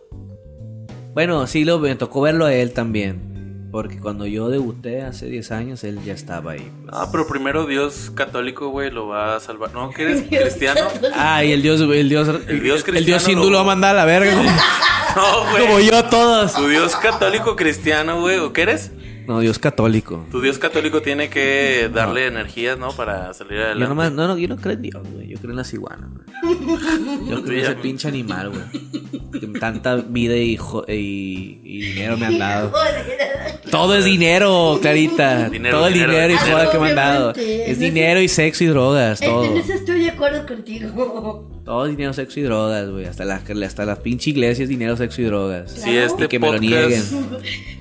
Speaker 4: Bueno, sí, lo, me tocó verlo a él también. Porque cuando yo debuté hace 10 años, él ya estaba ahí. pues.
Speaker 3: Ah, pero primero Dios católico, güey, lo va a salvar. ¿No?
Speaker 2: [laughs]
Speaker 3: ¿Que eres cristiano?
Speaker 4: Ah, y el dios... El dios,
Speaker 3: El dios
Speaker 4: el dios
Speaker 3: cristiano
Speaker 4: hindú
Speaker 3: lo-
Speaker 4: lo va a mandar a la verga. [laughs] Como,
Speaker 3: [laughs] No,
Speaker 4: como
Speaker 3: güey.
Speaker 4: yo a todos.
Speaker 3: Tu Dios católico cristiano, güey, ¿o qué eres?
Speaker 4: No, dios católico.
Speaker 3: Tu Dios católico tiene que darle energías, ¿no? Para salir adelante.
Speaker 4: Yo nomás- no, no, yo no creo en Dios, güey. Yo creo en las iguanas, güey. Yo creo en ese pinche animal, güey. Que tanta vida y, jo- y- y dinero me han dado.
Speaker 2: Joder.
Speaker 4: Todo es dinero, Clarita.
Speaker 3: Dinero,
Speaker 4: todo el
Speaker 3: dinero.
Speaker 4: dinero y joda que me han dado.
Speaker 2: Obviamente. Este,
Speaker 4: Es dinero y sexo y drogas, todo.
Speaker 2: En eso estoy de acuerdo contigo. [laughs]
Speaker 4: Todo es dinero, sexo y drogas, güey. Hasta la, hasta la pinche iglesia es dinero, sexo y drogas.
Speaker 3: Si este
Speaker 4: Y que me lo
Speaker 2: [laughs]
Speaker 3: podcast...
Speaker 4: nieguen.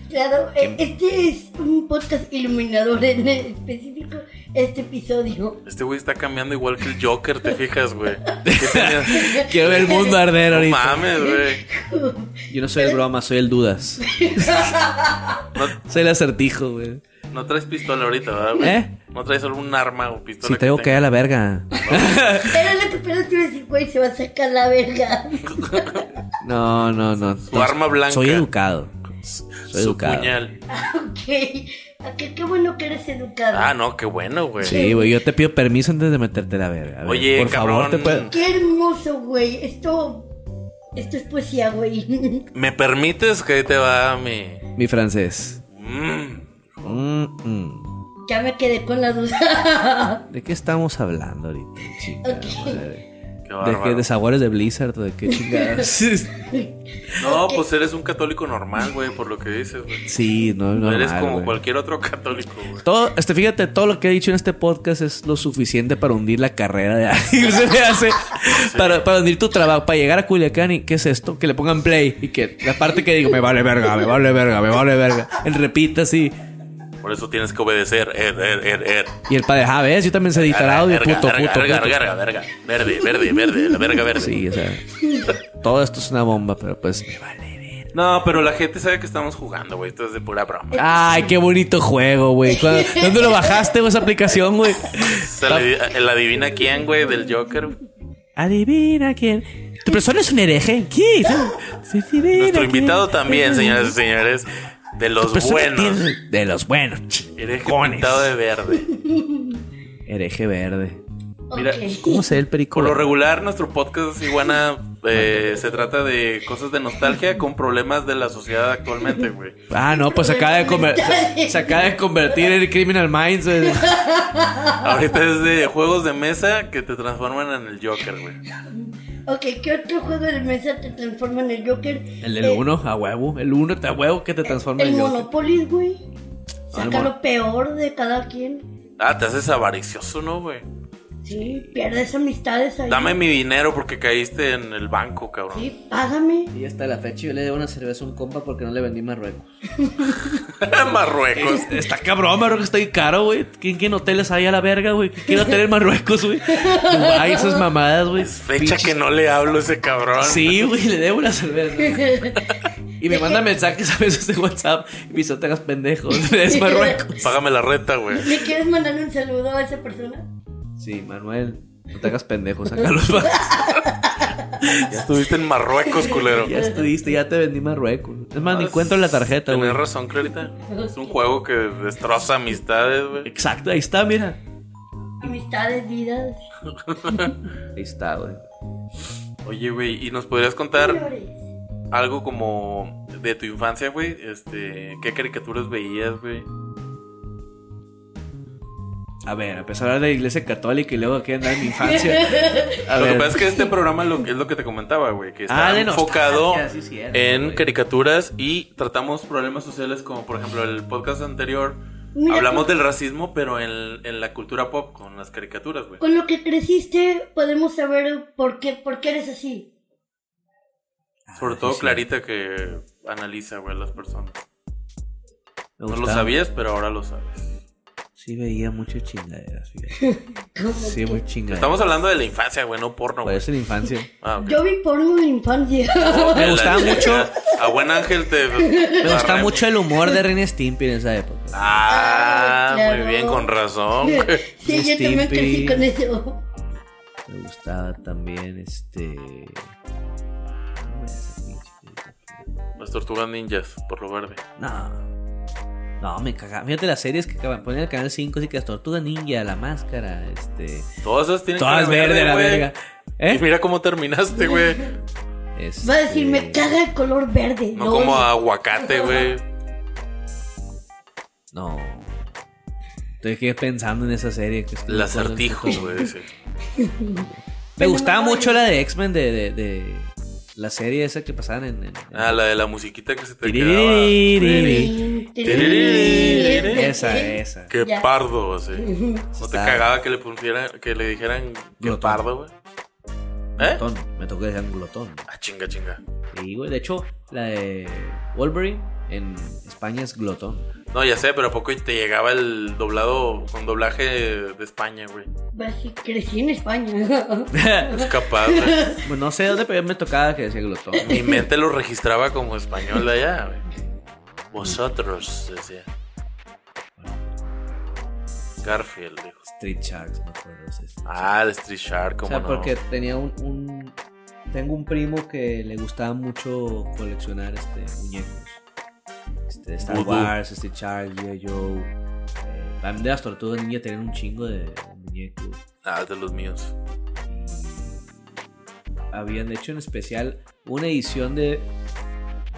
Speaker 2: Claro, eh, este es un podcast iluminador en específico, este
Speaker 4: [laughs]
Speaker 2: episodio.
Speaker 3: Este güey está cambiando igual que el Joker, ¿te fijas, güey? [laughs] ¿Qué tenías?
Speaker 4: Quiero ver el mundo arder
Speaker 3: No
Speaker 4: [laughs] ahorita.
Speaker 3: mames, güey.
Speaker 4: Yo no soy el broma, soy el dudas.
Speaker 3: No,
Speaker 4: Soy el acertijo, güey.
Speaker 3: no traes pistola ahorita, ¿verdad, güey?
Speaker 4: ¿Eh?
Speaker 3: No traes algún arma o pistola.
Speaker 4: Si tengo que ir a la verga.
Speaker 2: Era lo que [laughs] pero te iba a decir, güey, se va a sacar la verga. [laughs]
Speaker 4: No, no, no.
Speaker 3: Su arma blanca.
Speaker 4: Soy educado.
Speaker 3: tengas.
Speaker 4: soy
Speaker 3: Su
Speaker 4: educado.
Speaker 3: puñal.
Speaker 2: Ok, Ah, qué- qué bueno que eres educado.
Speaker 3: Ah, no, qué bueno, güey.
Speaker 4: Sí, güey, yo te pido permiso antes de meterte la verga. A ver,
Speaker 3: Oye,
Speaker 4: por
Speaker 3: cabrón.
Speaker 4: favor, te puedo.
Speaker 2: Qué hermoso, güey. Esto, esto es poesía, güey. [laughs]
Speaker 3: ¿Me permites que ahí te va mi...
Speaker 4: Mi francés.
Speaker 3: Mm.
Speaker 4: Mm, mm.
Speaker 2: Ya me quedé con la duda. [laughs]
Speaker 4: ¿De qué estamos hablando ahorita? Chingada madre.
Speaker 3: Qué
Speaker 4: ¿De, qué,
Speaker 3: bárbaro.
Speaker 4: ¿De sabores de Blizzard o de qué
Speaker 3: [laughs]
Speaker 4: chingadas?
Speaker 3: No, pues eres un católico normal, güey, por lo que dices, güey.
Speaker 4: sí, no, no.
Speaker 3: No eres
Speaker 4: mal,
Speaker 3: como
Speaker 4: güey.
Speaker 3: cualquier otro católico, güey.
Speaker 4: Todo, este, fíjate, todo lo que he dicho en este podcast es lo suficiente para hundir la carrera de alguien. [laughs] Se me hace. Para, para hundir tu trabajo, para llegar a Culiacán y ¿qué es esto? Que le pongan play y que la parte que digo, me vale verga, me vale verga, me vale verga. En repita así.
Speaker 3: Por eso tienes que obedecer. Er, er, er, er.
Speaker 4: Y el padre, ah, ves, yo también sé editar audio,
Speaker 3: Verga,
Speaker 4: puto,
Speaker 3: verga,
Speaker 4: puto,
Speaker 3: verga,
Speaker 4: puto.
Speaker 3: verga, verga. Verde, verde, verde, la verga verde.
Speaker 4: Sí, o sea, todo esto es una bomba, pero pues me vale ver.
Speaker 3: No, pero la gente sabe que estamos jugando, güey. Esto es de pura broma.
Speaker 4: Ay, qué bonito juego, güey. ¿Cuándo- ¿Dónde lo bajaste, güey, esa aplicación, güey?
Speaker 3: Se la adi- El adivina quién, güey, del Joker.
Speaker 4: Adivina quién. ¿Tu persona es un hereje? ¿Qué? Adivina
Speaker 3: Nuestro
Speaker 4: quién.
Speaker 3: invitado también, señoras y señores. De
Speaker 4: Tu
Speaker 3: los
Speaker 4: persona
Speaker 3: buenos.
Speaker 4: Pues tiene- De los buenos,
Speaker 3: Eres
Speaker 4: chingones.
Speaker 3: pintado de verde.
Speaker 4: [laughs] Hereje verde.
Speaker 3: Mira,
Speaker 2: Ok.
Speaker 4: ¿Cómo se ve el perico?
Speaker 3: Por lo regular, nuestro podcast Iguana eh, se trata de cosas de nostalgia con problemas de la sociedad actualmente, güey.
Speaker 4: Ah, no, pues se acaba de, conver- se, se acaba de convertir en Criminal Minds. güey.
Speaker 3: Ahorita es de juegos de mesa que te transforman en el Joker, güey.
Speaker 2: Ok, ¿qué otro juego de mesa te transforma en el Joker?
Speaker 4: El del
Speaker 2: Eh,
Speaker 4: 1, a huevo. El 1, a huevo, que te transforma
Speaker 2: El
Speaker 4: en Joker.
Speaker 2: Monopoly, güey.
Speaker 4: Ah, el
Speaker 2: Saca
Speaker 4: mono-
Speaker 2: lo peor de cada quien.
Speaker 3: Ah, te haces avaricioso, ¿no, güey?
Speaker 2: Sí, pierdes amistades ahí.
Speaker 3: Dame mi dinero porque caíste en el banco, cabrón. [laughs]
Speaker 2: Sí, [laughs] págame.
Speaker 4: Y hasta la fecha yo le debo una cerveza a un compa porque no le vendí Marruecos.
Speaker 3: Marruecos.
Speaker 4: Está cabrón, Marruecos está bien caro, güey. ¿Quién, ¿Quién hoteles hay a la verga, güey? ¿Quién hotel en Marruecos, güey? Dubái, esas mamadas, güey.
Speaker 3: Fecha que no le hablo a ese cabrón.
Speaker 4: Sí, güey, le debo una cerveza. Y me manda mensajes a veces de WhatsApp. Mis otegas pendejos. [laughs] Es Marruecos.
Speaker 3: Págame la reta, güey.
Speaker 2: ¿Le quieres mandar un saludo a esa persona?
Speaker 4: Sí, Manuel. No te hagas pendejo, saca los vasos.
Speaker 3: Ya estuviste en Marruecos, culero.
Speaker 4: [laughs] Ya estuviste, ya te vendí Marruecos. Es más, ni cuento la tarjeta, güey.
Speaker 3: Tienes Ah, razón, Clarita. Es un juego que destroza amistades, güey.
Speaker 4: Exacto, ahí está, mira.
Speaker 2: Amistades, vidas.
Speaker 4: Ahí está, güey.
Speaker 3: Oye, güey, ¿y nos podrías contar algo como de tu infancia, güey? Este, ¿qué caricaturas veías, güey?
Speaker 4: A ver, empezar a hablar de la iglesia católica y luego aquí andar en mi
Speaker 3: Ah,
Speaker 4: infancia. A
Speaker 3: Lo que
Speaker 4: ver.
Speaker 3: pasa es que este programa lo- es lo que te comentaba, güey, que está
Speaker 4: Ah, de
Speaker 3: enfocado
Speaker 4: nostalgia, sí, cierto,
Speaker 3: en
Speaker 4: güey.
Speaker 3: caricaturas y tratamos problemas sociales como, por ejemplo, el podcast anterior.
Speaker 2: [laughs] Mira,
Speaker 3: hablamos del racismo, pero en, en la cultura pop con las caricaturas, güey.
Speaker 2: Con lo que creciste, podemos saber por qué, por qué eres así.
Speaker 3: Sobre
Speaker 4: Ah,
Speaker 3: todo
Speaker 4: sí, sí.
Speaker 3: Clarita que analiza, güey, a las personas.
Speaker 4: Me
Speaker 3: No lo
Speaker 4: gustaba.
Speaker 3: sabías, pero ahora lo sabes.
Speaker 4: Sí veía muchas chingaderas, fíjate.
Speaker 2: [laughs]
Speaker 4: Sí, muy chingaderas.
Speaker 3: Estamos hablando de la infancia, güey, no porno,
Speaker 4: Por
Speaker 3: güey.
Speaker 4: eso en la
Speaker 3: [laughs]
Speaker 4: infancia.
Speaker 3: Ah, ok.
Speaker 2: Yo vi porno en la infancia.
Speaker 4: Me gustaba
Speaker 3: La-
Speaker 4: mucho.
Speaker 3: A buen ángel te.
Speaker 4: [laughs] Me gusta mucho el
Speaker 3: [laughs]
Speaker 4: humor de Ren Stimpy en esa época.
Speaker 2: Ay,
Speaker 3: Ah,
Speaker 2: claro.
Speaker 3: muy bien, con razón,
Speaker 2: [laughs]
Speaker 3: güey.
Speaker 2: sí, yo también
Speaker 4: Stimpy.
Speaker 2: crecí con eso.
Speaker 4: Me gustaba también este. ah,
Speaker 3: Las tortugas ninjas, por lo verde.
Speaker 4: No. No, me cagaba. Fíjate las series que acaban- ponían en el canal 5, así que las tortugas ninja, la máscara, este.
Speaker 3: Todas esas tienen
Speaker 4: Todas
Speaker 3: cara
Speaker 4: verde, la
Speaker 3: güey.
Speaker 4: verga.
Speaker 3: Y
Speaker 4: ¿Eh?
Speaker 3: mira cómo terminaste, güey.
Speaker 4: Este,
Speaker 2: Va a decir, me caga el color verde.
Speaker 3: No
Speaker 2: lo
Speaker 3: como
Speaker 2: odio.
Speaker 3: aguacate, güey.
Speaker 4: No. Estoy aquí pensando en esa serie. Que estoy
Speaker 3: El
Speaker 4: recordando el
Speaker 3: acertijo,
Speaker 4: título.
Speaker 3: güey. sí.
Speaker 4: Me gustaba mucho la de X-Men de, de, de- La serie esa que pasaban en. en- en-
Speaker 3: Ah, la de la musiquita que se te
Speaker 4: Tiririri.
Speaker 3: quedaba.
Speaker 2: Tin, tin,
Speaker 3: Tiririri.
Speaker 4: Esa, esa.
Speaker 3: Qué
Speaker 2: Ya.
Speaker 3: pardo, así.
Speaker 2: Ujú.
Speaker 3: ¿No te
Speaker 4: Está-
Speaker 3: cagaba que le pusieran, que le dijeran que
Speaker 4: Glotón.
Speaker 3: pardo, güey? ¿Eh?
Speaker 4: Glotón. Me tocó dejar un glotón.
Speaker 3: Ah, chinga, chinga.
Speaker 4: Sí, güey. De hecho, la de Wolverine en España es glotón. [laughs]
Speaker 3: No, ya sé, pero ¿a poco te llegaba el doblado con doblaje de España, güey?
Speaker 2: Va a decir, crecí en España.
Speaker 3: Es capaz, güey.
Speaker 4: [laughs] Pues no sé dónde, pero me tocaba que decía glotón.
Speaker 3: Mi mente lo registraba como español de allá, güey. Vosotros, decía. Garfield, dijo.
Speaker 4: Street Sharks, me acuerdo. ese Street
Speaker 3: Ah, el Street Shark,
Speaker 4: O
Speaker 3: como
Speaker 4: sea,
Speaker 3: no.
Speaker 4: porque tenía un, un- Tengo un primo que le gustaba mucho coleccionar este, muñecos. Este, Star
Speaker 3: Vudú.
Speaker 4: Wars, este Charlie, yo. Eh, a mí de las tortugas niña tenían un chingo de, de muñecos.
Speaker 3: Ah, es de los míos.
Speaker 4: Y habían hecho en especial una edición de.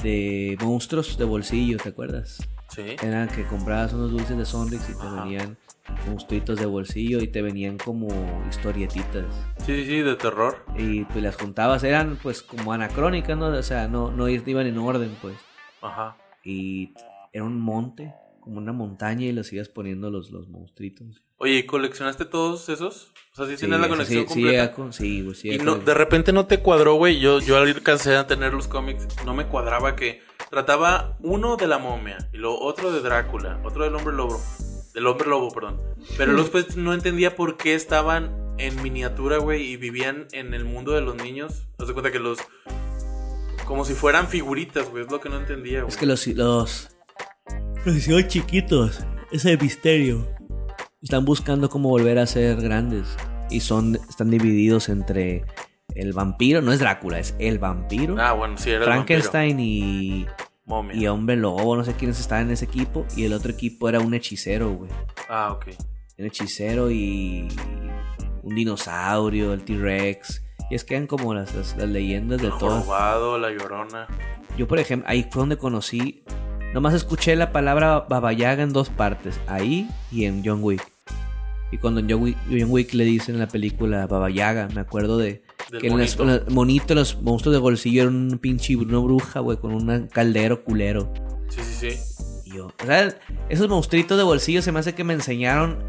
Speaker 4: De monstruos de bolsillo, ¿te acuerdas?
Speaker 3: Sí.
Speaker 4: Eran que comprabas unos dulces de Sonrix y te
Speaker 3: Ajá.
Speaker 4: venían monstruitos de bolsillo y te venían como historietitas.
Speaker 3: Sí, sí, sí, de terror.
Speaker 4: y pues las juntabas eran pues como anacrónicas, ¿no? O sea, no, no iban en orden, pues.
Speaker 3: Ajá.
Speaker 4: Y era un monte, como una montaña y los ibas poniendo los, los monstruitos.
Speaker 3: Oye, ¿y ¿coleccionaste todos esos? O sea, sí,
Speaker 4: Sí,
Speaker 3: tienes la
Speaker 4: o sea,
Speaker 3: conexión
Speaker 4: sí, sí,
Speaker 3: completa.
Speaker 4: llega con- sí, güey, sí,
Speaker 3: y
Speaker 4: llega
Speaker 3: no,
Speaker 4: con-
Speaker 3: de repente no te cuadró, güey. Yo, yo alcancé a tener los cómics. No me cuadraba que trataba uno de la momia y lo otro de Drácula, otro del hombre lobo. Del hombre lobo, perdón. Pero los pues no entendía por qué estaban en miniatura, güey, y vivían en el mundo de los niños. Haz de cuenta que los. Como si fueran figuritas, güey. Es lo que no entendía, güey.
Speaker 4: Es que los... Los, los hicieron chiquitos, ese misterio. Están buscando cómo volver a ser grandes. Y son están divididos entre el vampiro, no es Drácula, es el vampiro,
Speaker 3: Ah, bueno, sí, era el vampiro.
Speaker 4: Frankenstein y...
Speaker 3: Momia.
Speaker 4: Y hombre lobo, no sé quiénes estaban en ese equipo. Y el otro equipo era un hechicero, güey.
Speaker 3: Ah, ok.
Speaker 4: Un hechicero y un dinosaurio, el T-Rex. Y es que eran como las, las- las leyendas de
Speaker 3: El
Speaker 4: todo.
Speaker 3: jorobado, la llorona.
Speaker 4: Yo, por ejemplo, ahí fue donde conocí. Nomás escuché la palabra Baba Yaga en dos partes. Ahí y en John Wick. Y cuando en John Wick, John Wick le dicen en la película Baba Yaga, me acuerdo de
Speaker 3: Del
Speaker 4: que en las-
Speaker 3: monito.
Speaker 4: en las- monito, los monstruos de bolsillo eran un pinche una bruja, güey, con un caldero culero.
Speaker 3: Sí, sí, sí.
Speaker 4: Y yo, o sea, esos monstruitos de bolsillo se me hace que me enseñaron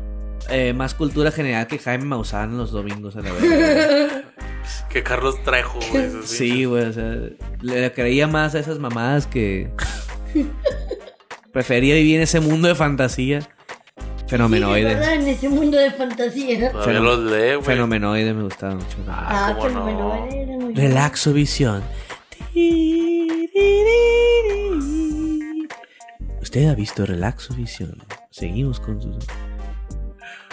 Speaker 4: eh, más cultura general que Jaime Maussan los domingos a la vez.
Speaker 2: [laughs]
Speaker 3: Que Carlos trajo,
Speaker 4: [laughs]
Speaker 3: güey. eso sí.
Speaker 4: Sí, güey, o sea, le creía más a esas
Speaker 2: [laughs]
Speaker 4: mamadas que... Prefería vivir en ese mundo de fantasía.
Speaker 2: Sí, de
Speaker 4: Fenomenoide.
Speaker 2: verdad, en ese mundo de fantasía.
Speaker 3: Todavía
Speaker 4: Fenom-
Speaker 3: los lee, güey.
Speaker 4: Fenomenoide me gustaba mucho.
Speaker 3: Ah,
Speaker 2: Ah,
Speaker 3: cómo no.
Speaker 2: fenomenal. era muy-
Speaker 4: Relaxo visión. Usted ha visto Relaxo visión. Seguimos con sus...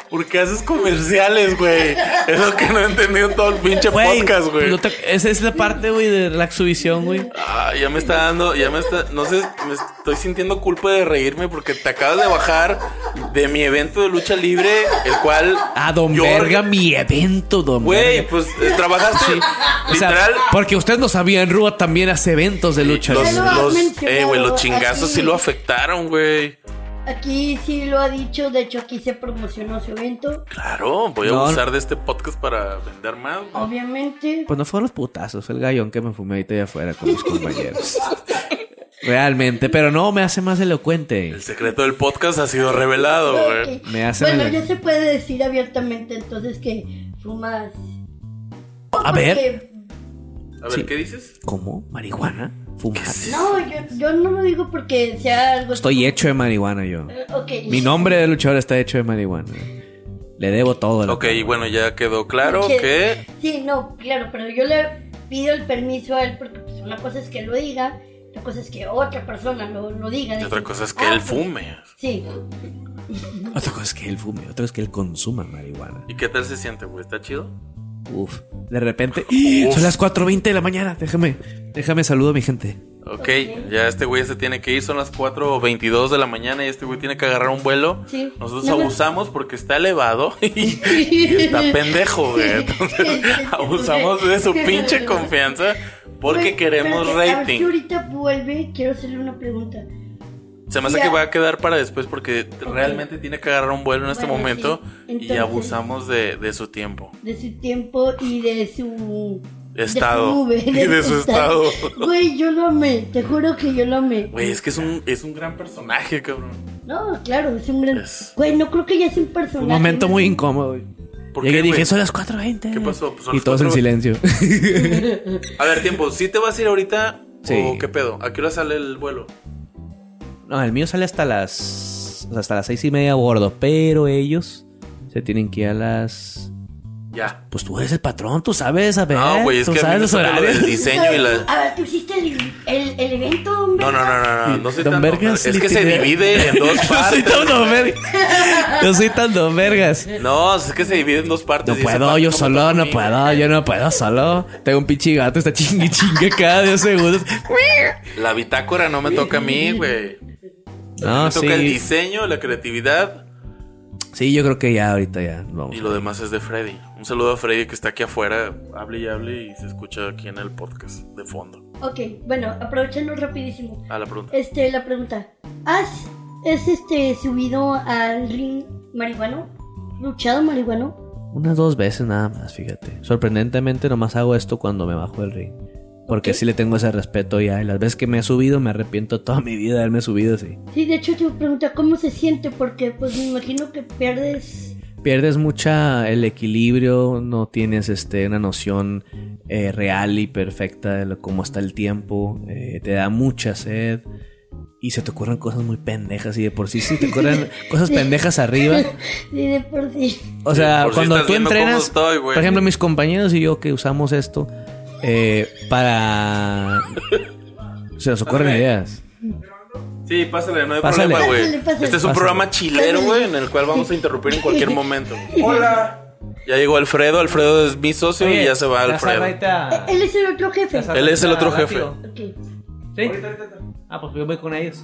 Speaker 3: ¿Por qué haces comerciales, güey? Es lo que no he entendido en todo el pinche podcast, güey.
Speaker 4: no te- Esa es la parte, güey, de Relaxo visión, güey.
Speaker 3: Ah, ya me está dando, ya me está, no sé, me estoy sintiendo culpa de reírme porque te acabas de bajar de mi evento de lucha libre, el cual...
Speaker 4: Ah, don
Speaker 3: yo-
Speaker 4: verga, mi evento, don
Speaker 3: Güey,
Speaker 4: verga.
Speaker 3: pues eh, trabajaste
Speaker 4: O sea,
Speaker 3: literal...
Speaker 4: porque ustedes no sabían, Rúa también hace eventos de lucha.
Speaker 3: los,
Speaker 2: Ya lo
Speaker 4: libre.
Speaker 2: has
Speaker 3: los- eh, güey,
Speaker 2: mencionado
Speaker 3: los chingazos
Speaker 2: aquí.
Speaker 3: sí lo afectaron, güey.
Speaker 2: Aquí sí lo ha dicho, de hecho aquí se promocionó su evento,
Speaker 3: Claro, voy a
Speaker 4: No.
Speaker 3: usar de este podcast para vender más. güey.
Speaker 2: obviamente.
Speaker 4: Pues no fueron los putazos, fue el gallón que me fumé ahorita allá afuera con mis compañeros. Realmente, pero no, me hace más elocuente.
Speaker 3: El secreto del podcast ha sido revelado, güey.
Speaker 2: Ok.
Speaker 4: Me hace
Speaker 2: bueno,
Speaker 4: mal-
Speaker 2: ya se puede decir abiertamente entonces que fumas.
Speaker 4: A ver,
Speaker 2: Porque-
Speaker 3: A ver,
Speaker 4: Sí.
Speaker 3: ¿qué dices?
Speaker 4: ¿cómo? ¿Marihuana? ¿Fumar?
Speaker 2: No, yo, yo no lo digo porque sea algo. Eh,
Speaker 4: Estoy hecho de marihuana yo.
Speaker 2: Ok.
Speaker 4: Mi nombre de luchador está hecho de marihuana. Le debo todo. a la-
Speaker 3: Ok, bueno, ya quedó claro
Speaker 2: Que-
Speaker 3: que...
Speaker 2: Sí, no, claro, pero yo le pido el permiso a él porque pues, una cosa es que lo diga, otra cosa es que otra persona lo, lo diga.
Speaker 3: Y
Speaker 2: De
Speaker 3: otra
Speaker 2: que,
Speaker 3: cosa es que
Speaker 2: ah,
Speaker 3: él
Speaker 2: pues,
Speaker 3: fume.
Speaker 2: Sí,
Speaker 4: Otra cosa es que él fume, otra es que él consuma marihuana.
Speaker 3: ¿Y qué tal se siente, güey? ¿Está chido?
Speaker 4: Uf. De repente. ¡Eh! Son las 4.20 de la mañana. Déjame. Déjame saludo a mi gente.
Speaker 3: Ok, ya este güey se tiene que ir, son las 4.22 de la mañana y este güey tiene que agarrar un vuelo.
Speaker 2: Sí.
Speaker 3: Nosotros
Speaker 2: Nada más-
Speaker 3: abusamos porque está elevado [laughs] y, y está
Speaker 2: [laughs]
Speaker 3: pendejo, güey. Entonces abusamos de su pinche confianza porque
Speaker 2: Pues,
Speaker 3: queremos
Speaker 2: espérate, A ver si
Speaker 3: rating.
Speaker 2: ahorita vuelve, quiero hacerle una pregunta.
Speaker 3: Se me hace
Speaker 2: Ya.
Speaker 3: que va a quedar para después porque realmente tiene que agarrar un vuelo en este
Speaker 2: Bueno, sí.
Speaker 3: momento y
Speaker 2: Entonces-
Speaker 3: abusamos de, de su tiempo.
Speaker 2: De su tiempo y de su.
Speaker 3: Estado.
Speaker 2: De su, Uber,
Speaker 3: [laughs] Y de su estado.
Speaker 2: Güey, yo lo amé, te juro que yo lo amé.
Speaker 3: Güey, es que es un, es un gran personaje, cabrón.
Speaker 2: No, claro, es un gran.
Speaker 3: Es-
Speaker 2: Güey, no creo que ya sea un
Speaker 4: Fue
Speaker 2: personaje.
Speaker 4: un momento muy incómodo.
Speaker 3: ¿Por
Speaker 4: Llegué
Speaker 3: qué,
Speaker 4: y dije,
Speaker 3: güey?
Speaker 4: son las 4.20.
Speaker 3: ¿Qué pasó? Pues son
Speaker 4: y
Speaker 3: las
Speaker 4: todos en
Speaker 3: 4:20.
Speaker 4: silencio.
Speaker 3: [laughs] A ver, tiempo, ¿sí te vas a ir ahorita
Speaker 4: Sí.
Speaker 3: o qué pedo? ¿A qué hora sale el vuelo?
Speaker 4: no, el mío sale hasta las. o sea, hasta las seis y media a bordo. Pero ellos se tienen que ir a las.
Speaker 3: Ya.
Speaker 4: Pues tú eres el patrón, tú sabes, a ver.
Speaker 3: No, güey, es
Speaker 4: ¿Eh? tú
Speaker 3: que a mí
Speaker 4: sabes
Speaker 3: me
Speaker 4: los
Speaker 3: sale lo del
Speaker 4: horarios.
Speaker 3: diseño y la...
Speaker 2: A ver, tú hiciste el, el, el evento, hombre.
Speaker 3: No, no, no, no, no,
Speaker 4: [laughs]
Speaker 3: no soy
Speaker 4: Don
Speaker 3: tan...
Speaker 4: Vergas,
Speaker 3: es que se
Speaker 4: literal.
Speaker 3: divide
Speaker 4: [laughs]
Speaker 3: en dos
Speaker 4: Yo soy
Speaker 3: partes.
Speaker 4: tan don vergas.
Speaker 3: [laughs]
Speaker 4: Yo soy tan don vergas.
Speaker 3: No, es que se divide en dos partes.
Speaker 4: No
Speaker 3: Dice,
Speaker 4: puedo,
Speaker 3: "Pato,
Speaker 4: yo
Speaker 3: ¿cómo
Speaker 4: solo,
Speaker 3: estás
Speaker 4: no
Speaker 3: conmigo?"
Speaker 4: puedo, yo no puedo solo. Tengo un pinche gato, está chingue [laughs] chingue cada 10 segundos.
Speaker 3: La bitácora no me toca a mí, güey.
Speaker 4: No,
Speaker 3: me toca el
Speaker 4: Ah, sí.
Speaker 3: diseño, la creatividad
Speaker 4: Sí, yo creo que ya ahorita ya. Vamos.
Speaker 3: y lo demás es de Freddy. Un saludo a Freddy que está aquí afuera, hable y hable y se escucha aquí en el podcast de fondo.
Speaker 2: Ok, bueno, aprovechando rapidísimo.
Speaker 3: A la pregunta.
Speaker 2: Este, la pregunta. ¿Has es este subido al ring marihuano? ¿Luchado marihuano?
Speaker 4: Unas dos veces nada más, fíjate. Sorprendentemente nomás hago esto cuando me bajo del ring. Porque sí le tengo ese respeto ya. Y las veces que me he subido me arrepiento toda mi vida de haberme subido así.
Speaker 2: Sí, de hecho te pregunta cómo se siente porque pues me imagino que
Speaker 3: [laughs]
Speaker 2: pierdes
Speaker 4: pierdes mucha el equilibrio, no tienes este, una noción eh, real y perfecta de lo- cómo está el tiempo, eh, te da mucha sed y se te ocurren cosas muy pendejas y de por sí si te ocurren cosas
Speaker 2: [laughs]
Speaker 4: pendejas arriba.
Speaker 2: sí, de por sí.
Speaker 4: O sea,
Speaker 3: Sí, por sí
Speaker 4: cuando
Speaker 3: estás
Speaker 4: tú
Speaker 3: viendo cómo
Speaker 4: entrenas,
Speaker 3: estoy, güey.
Speaker 4: por ejemplo, mis compañeros y yo que usamos esto eh, para... Se nos ocurren
Speaker 3: Ok.
Speaker 4: ideas.
Speaker 3: Sí, pásale, no hay
Speaker 4: Pásale.
Speaker 3: problema, güey.
Speaker 2: Pásale, pásale.
Speaker 3: Este es un
Speaker 4: Pásale.
Speaker 3: programa chilero, güey, en el cual vamos a interrumpir en cualquier
Speaker 2: [laughs]
Speaker 3: momento. Hola. Ya llegó Alfredo, Alfredo es mi socio y ya se va Alfredo.
Speaker 2: Eh, Él es el otro jefe.
Speaker 3: Él es el otro jefe.
Speaker 2: Ok.
Speaker 4: ¿Sí? Ah, pues yo voy con ellos.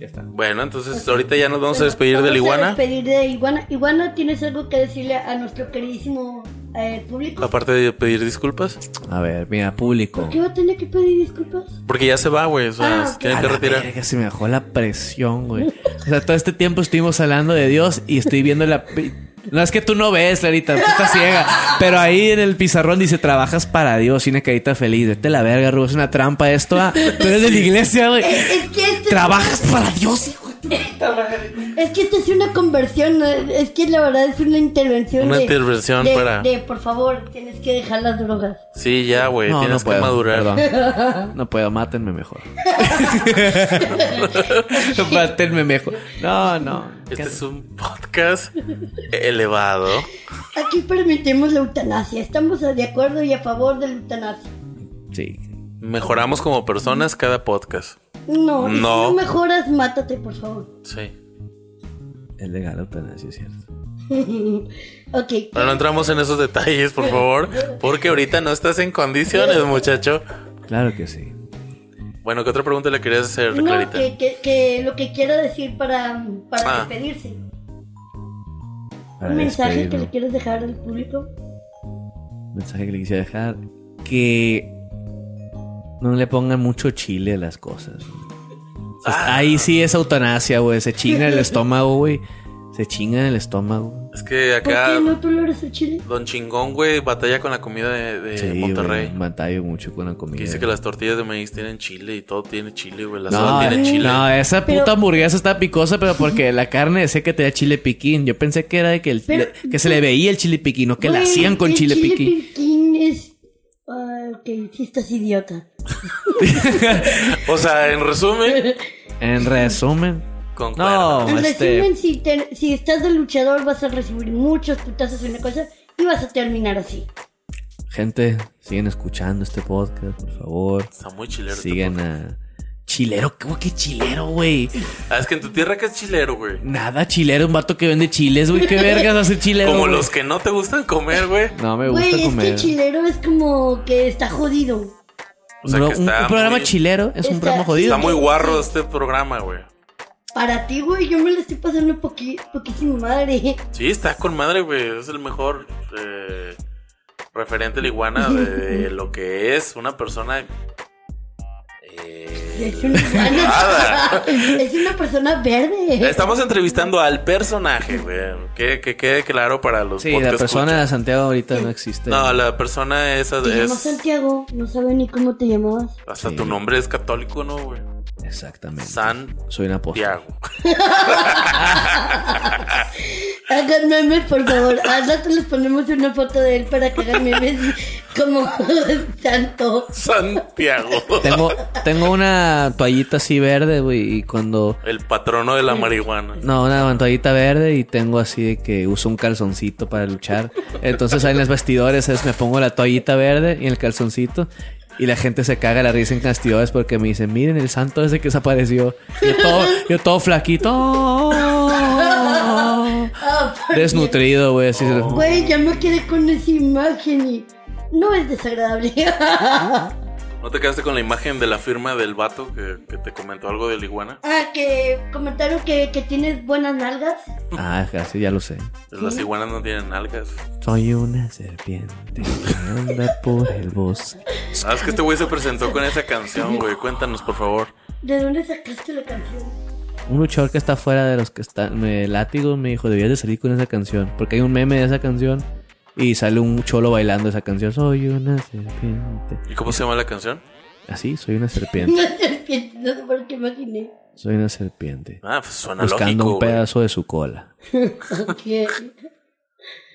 Speaker 4: Ya está.
Speaker 3: Bueno, entonces ahorita ya nos vamos a despedir
Speaker 2: Vamos
Speaker 3: del
Speaker 2: A
Speaker 3: iguana.
Speaker 2: despedir de iguana. Iguana, ¿tienes algo que decirle a nuestro queridísimo eh, público?
Speaker 3: Aparte de pedir disculpas.
Speaker 4: A ver, mira, público.
Speaker 2: ¿Por qué va a tener que pedir disculpas?
Speaker 3: Porque ya se va, güey. O sea,
Speaker 2: Ah,
Speaker 3: se
Speaker 2: ok.
Speaker 3: tiene
Speaker 4: A
Speaker 3: que
Speaker 4: la
Speaker 3: retirar.
Speaker 4: verga, se me bajó la presión, güey. O sea, todo este tiempo estuvimos hablando de Dios y estoy viendo la... pi- No es que tú no ves, Larita, tú estás ciega. Pero ahí en el pizarrón dice, trabajas para Dios, tiene carita feliz. Vete a la verga, Rubén, es una trampa esto. ah. Tú eres de la iglesia, güey.
Speaker 2: Es que este
Speaker 4: Trabajas para Dios, hijo de tu
Speaker 2: Es que esta es una conversión, ¿no? es que la verdad es una intervención.
Speaker 3: Una
Speaker 2: de-
Speaker 3: intervención
Speaker 2: de-
Speaker 3: para-
Speaker 2: de, por favor, tienes que dejar las drogas.
Speaker 3: Sí, ya, güey.
Speaker 4: No,
Speaker 3: Tienes
Speaker 4: no
Speaker 3: que
Speaker 4: puedo,
Speaker 3: madurar.
Speaker 4: perdón. No puedo,
Speaker 3: [laughs]
Speaker 4: mátenme mejor. mátenme mejor. No, no.
Speaker 3: Este es un podcast elevado.
Speaker 2: Aquí permitimos la eutanasia. Estamos de acuerdo y a favor de la eutanasia.
Speaker 4: Sí.
Speaker 3: Mejoramos como personas cada podcast.
Speaker 2: No, y si
Speaker 3: No.
Speaker 2: no mejoras, mátate, por favor. [laughs]
Speaker 3: Sí.
Speaker 4: Es legal la eutanasia, es cierto.
Speaker 2: ok.
Speaker 3: Pero no entramos en esos detalles, por favor, porque ahorita no estás en condiciones, muchacho.
Speaker 4: Claro que sí.
Speaker 3: Bueno, ¿qué otra pregunta le querías hacer,
Speaker 2: No,
Speaker 3: Clarita?
Speaker 2: que, que- que lo que quiera decir para, para
Speaker 3: Ah.
Speaker 2: despedirse.
Speaker 4: Para
Speaker 2: Un mensaje que
Speaker 4: despedirnos.
Speaker 2: le quieras dejar al público.
Speaker 4: mensaje que le quisiera dejar que no le pongan mucho chile a las cosas. O sea, Ahí sí es eutanasia, güey. Se chinga el estómago, güey. Se chinga el estómago.
Speaker 3: Es que
Speaker 2: ¿Por
Speaker 3: acá
Speaker 2: qué no toleras el chile?
Speaker 3: Don Chingón, güey, batalla con la comida de, de
Speaker 4: Sí,
Speaker 3: Monterrey.
Speaker 4: güey, batallo mucho con la comida.
Speaker 3: Que dice que las tortillas de maíz tienen chile y todo tiene chile, güey. Las
Speaker 4: no, eh.
Speaker 3: tienen chile.
Speaker 4: no, esa
Speaker 2: Pero-
Speaker 4: puta hamburguesa está picosa, pero porque la carne decía que tenía chile piquín. Yo pensé que era de que, el-
Speaker 2: Pero-
Speaker 4: le- que se le veía el chile piquín, no que la
Speaker 2: Güey,
Speaker 4: hacían con
Speaker 2: el
Speaker 4: chile, piquín.
Speaker 2: piquín es... ah, ok, sí estás idiota.
Speaker 3: O sea, en resumen,
Speaker 4: [laughs] En resumen,
Speaker 3: concuerdo.
Speaker 4: no,
Speaker 2: En
Speaker 4: este.
Speaker 2: resumen, si, te- si estás de luchador vas a recibir muchos putazos en una cosa y vas a terminar así.
Speaker 4: Gente, siguen escuchando este podcast, por favor.
Speaker 3: Está muy chilero. este
Speaker 4: Sigan a. Chilero, ¿cómo que chilero, güey?
Speaker 3: podcast. Ah, es que en tu tierra que es chilero, güey.
Speaker 4: Nada, chilero, un vato que vende chiles, güey. ¿Qué vergas hace chilero?
Speaker 3: Como
Speaker 4: güey?
Speaker 3: los que no te gustan comer, güey.
Speaker 4: No me gusta
Speaker 2: Güey, es
Speaker 4: comer.
Speaker 2: que chilero es como que está jodido.
Speaker 3: O sea
Speaker 4: Bro,
Speaker 3: que
Speaker 4: un,
Speaker 3: está
Speaker 4: un programa
Speaker 3: muy-
Speaker 4: chilero es un
Speaker 2: Está-
Speaker 4: programa jodido.
Speaker 3: Está muy guarro este programa, güey.
Speaker 2: Para ti, güey, yo me lo estoy pasando poqui, poquísimo madre.
Speaker 3: Sí, está con madre, güey. Es el mejor eh, referente la iguana
Speaker 2: [laughs]
Speaker 3: de, de lo que es una persona. eh,
Speaker 2: Es
Speaker 4: [laughs]
Speaker 2: una,
Speaker 3: Nada.
Speaker 2: es una persona verde.
Speaker 3: Estamos entrevistando al personaje, güey. Que, que quede claro para los
Speaker 4: Sí, la
Speaker 3: podcast
Speaker 4: persona este,
Speaker 3: escuchas.
Speaker 4: de Santiago ahorita no existe.
Speaker 3: No, la persona esa
Speaker 2: Te
Speaker 3: es.
Speaker 2: llamas Santiago, no sabe ni cómo te llamabas.
Speaker 3: Hasta
Speaker 4: Sí.
Speaker 3: tu nombre es católico, ¿no, güey?
Speaker 4: Exactamente.
Speaker 3: San
Speaker 4: Soy una posta.
Speaker 3: Tiago.
Speaker 2: Hagan memes, por favor. Al rato les ponemos una foto de él para que hagan memes como santo.
Speaker 3: [laughs] Santiago.
Speaker 4: Tengo, tengo una toallita así verde, güey, y cuando...
Speaker 3: El patrono de la marihuana.
Speaker 4: No, una toallita verde y tengo así de que uso un calzoncito para luchar. Entonces ahí en los vestidores es, me pongo la toallita verde y el calzoncito y la gente se caga la risa en castidores porque me dicen, miren el santo ese que desapareció. Yo todo, yo todo flaquito.
Speaker 2: Ah, por
Speaker 4: Desnutrido, güey. así.
Speaker 2: Güey, ya me quedé con esa imagen y no es desagradable. [laughs] ah,
Speaker 3: ¿No te quedaste con la imagen de la firma del vato que, que te comentó algo de la iguana?
Speaker 2: Ah, que comentaron que, que tienes buenas nalgas.
Speaker 4: Ah, gracias, ya lo sé.
Speaker 3: Pues Las iguanas no tienen algas.
Speaker 4: Soy una serpiente que anda por el bosque.
Speaker 3: Ah, es que este güey se presentó con esa canción, güey. Cuéntanos, por favor.
Speaker 2: ¿De dónde sacaste la canción? [laughs]
Speaker 4: Un luchador que está fuera de los que están. Me látigo me dijo, debías de salir con esa canción. Porque hay un meme de esa canción. Y sale un cholo bailando esa canción. Soy una serpiente.
Speaker 3: ¿Y cómo se llama la canción?
Speaker 4: Así, soy una serpiente.
Speaker 2: Una serpiente, no sé por qué imaginé.
Speaker 4: Soy una serpiente.
Speaker 3: Ah, pues suena
Speaker 4: Buscando
Speaker 3: lógico,
Speaker 4: un
Speaker 3: güey.
Speaker 4: pedazo de su cola.
Speaker 2: Ok.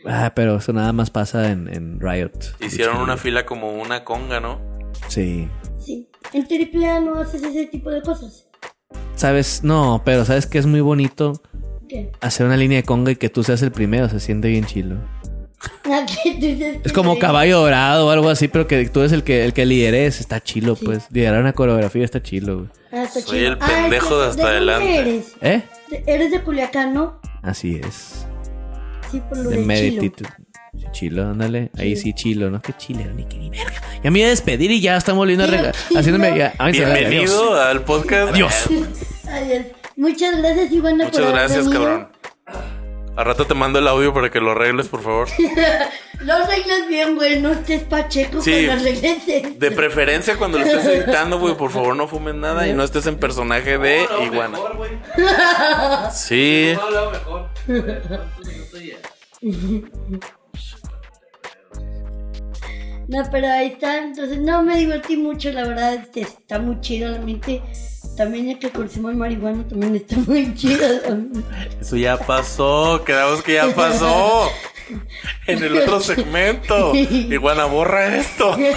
Speaker 4: Ah, pero eso nada más pasa en, en Riot.
Speaker 3: Hicieron una fila como una conga, ¿no?
Speaker 4: Sí.
Speaker 2: Sí. En triple A no haces ese tipo de cosas.
Speaker 4: Sabes, no, pero sabes que es muy bonito
Speaker 2: ¿Qué?
Speaker 4: hacer una línea de conga y que tú seas el primero. Se siente bien chilo.
Speaker 2: Ah, [laughs] que tú dices Ah, que
Speaker 4: Es como
Speaker 2: no
Speaker 4: caballo dorado o algo así, pero que tú eres el que, el que lideres. Está chilo, pues. Liderar una coreografía está chilo, güey.
Speaker 2: Ah, está
Speaker 3: Soy
Speaker 2: chido.
Speaker 3: el pendejo
Speaker 2: es que-
Speaker 3: de hasta
Speaker 2: dónde
Speaker 3: adelante.
Speaker 2: Eres?
Speaker 4: ¿Eh?
Speaker 2: De- eres de Culiacán, ¿no?
Speaker 4: Así es.
Speaker 2: Sí, por lo
Speaker 4: De
Speaker 2: de Chilo.
Speaker 4: Meditito. Sí, Chilo, ándale. Ahí sí, chilo, ¿no? Qué chilero, ni que ni verga. Ya me iba a despedir y ya estamos volviendo a
Speaker 2: Pero
Speaker 4: regar.
Speaker 2: chilo.
Speaker 4: Haciéndome. Ya, a mí se me- adiós.
Speaker 3: Bienvenido al podcast.
Speaker 4: Adiós.
Speaker 2: Adiós. Muchas gracias, Ivana, por
Speaker 3: Muchas
Speaker 2: haber
Speaker 3: gracias,
Speaker 2: venido.
Speaker 3: cabrón. A rato te mando el audio para que lo arregles, por favor.
Speaker 2: Lo arreglas bien, güey. No estés pacheco
Speaker 3: Sí.
Speaker 2: cuando regreses.
Speaker 3: De preferencia cuando lo estés editando, güey, por favor no fumes nada y no estés en personaje de iguana. Sí.
Speaker 2: No, pero ahí está. Entonces, no, me divertí mucho, la verdad. este, Está muy chido, realmente. También el que consuman marihuana también está muy chido. también.
Speaker 3: Eso ya pasó, quedamos que ya pasó. En el otro segmento. Iguana, borra esto. [laughs]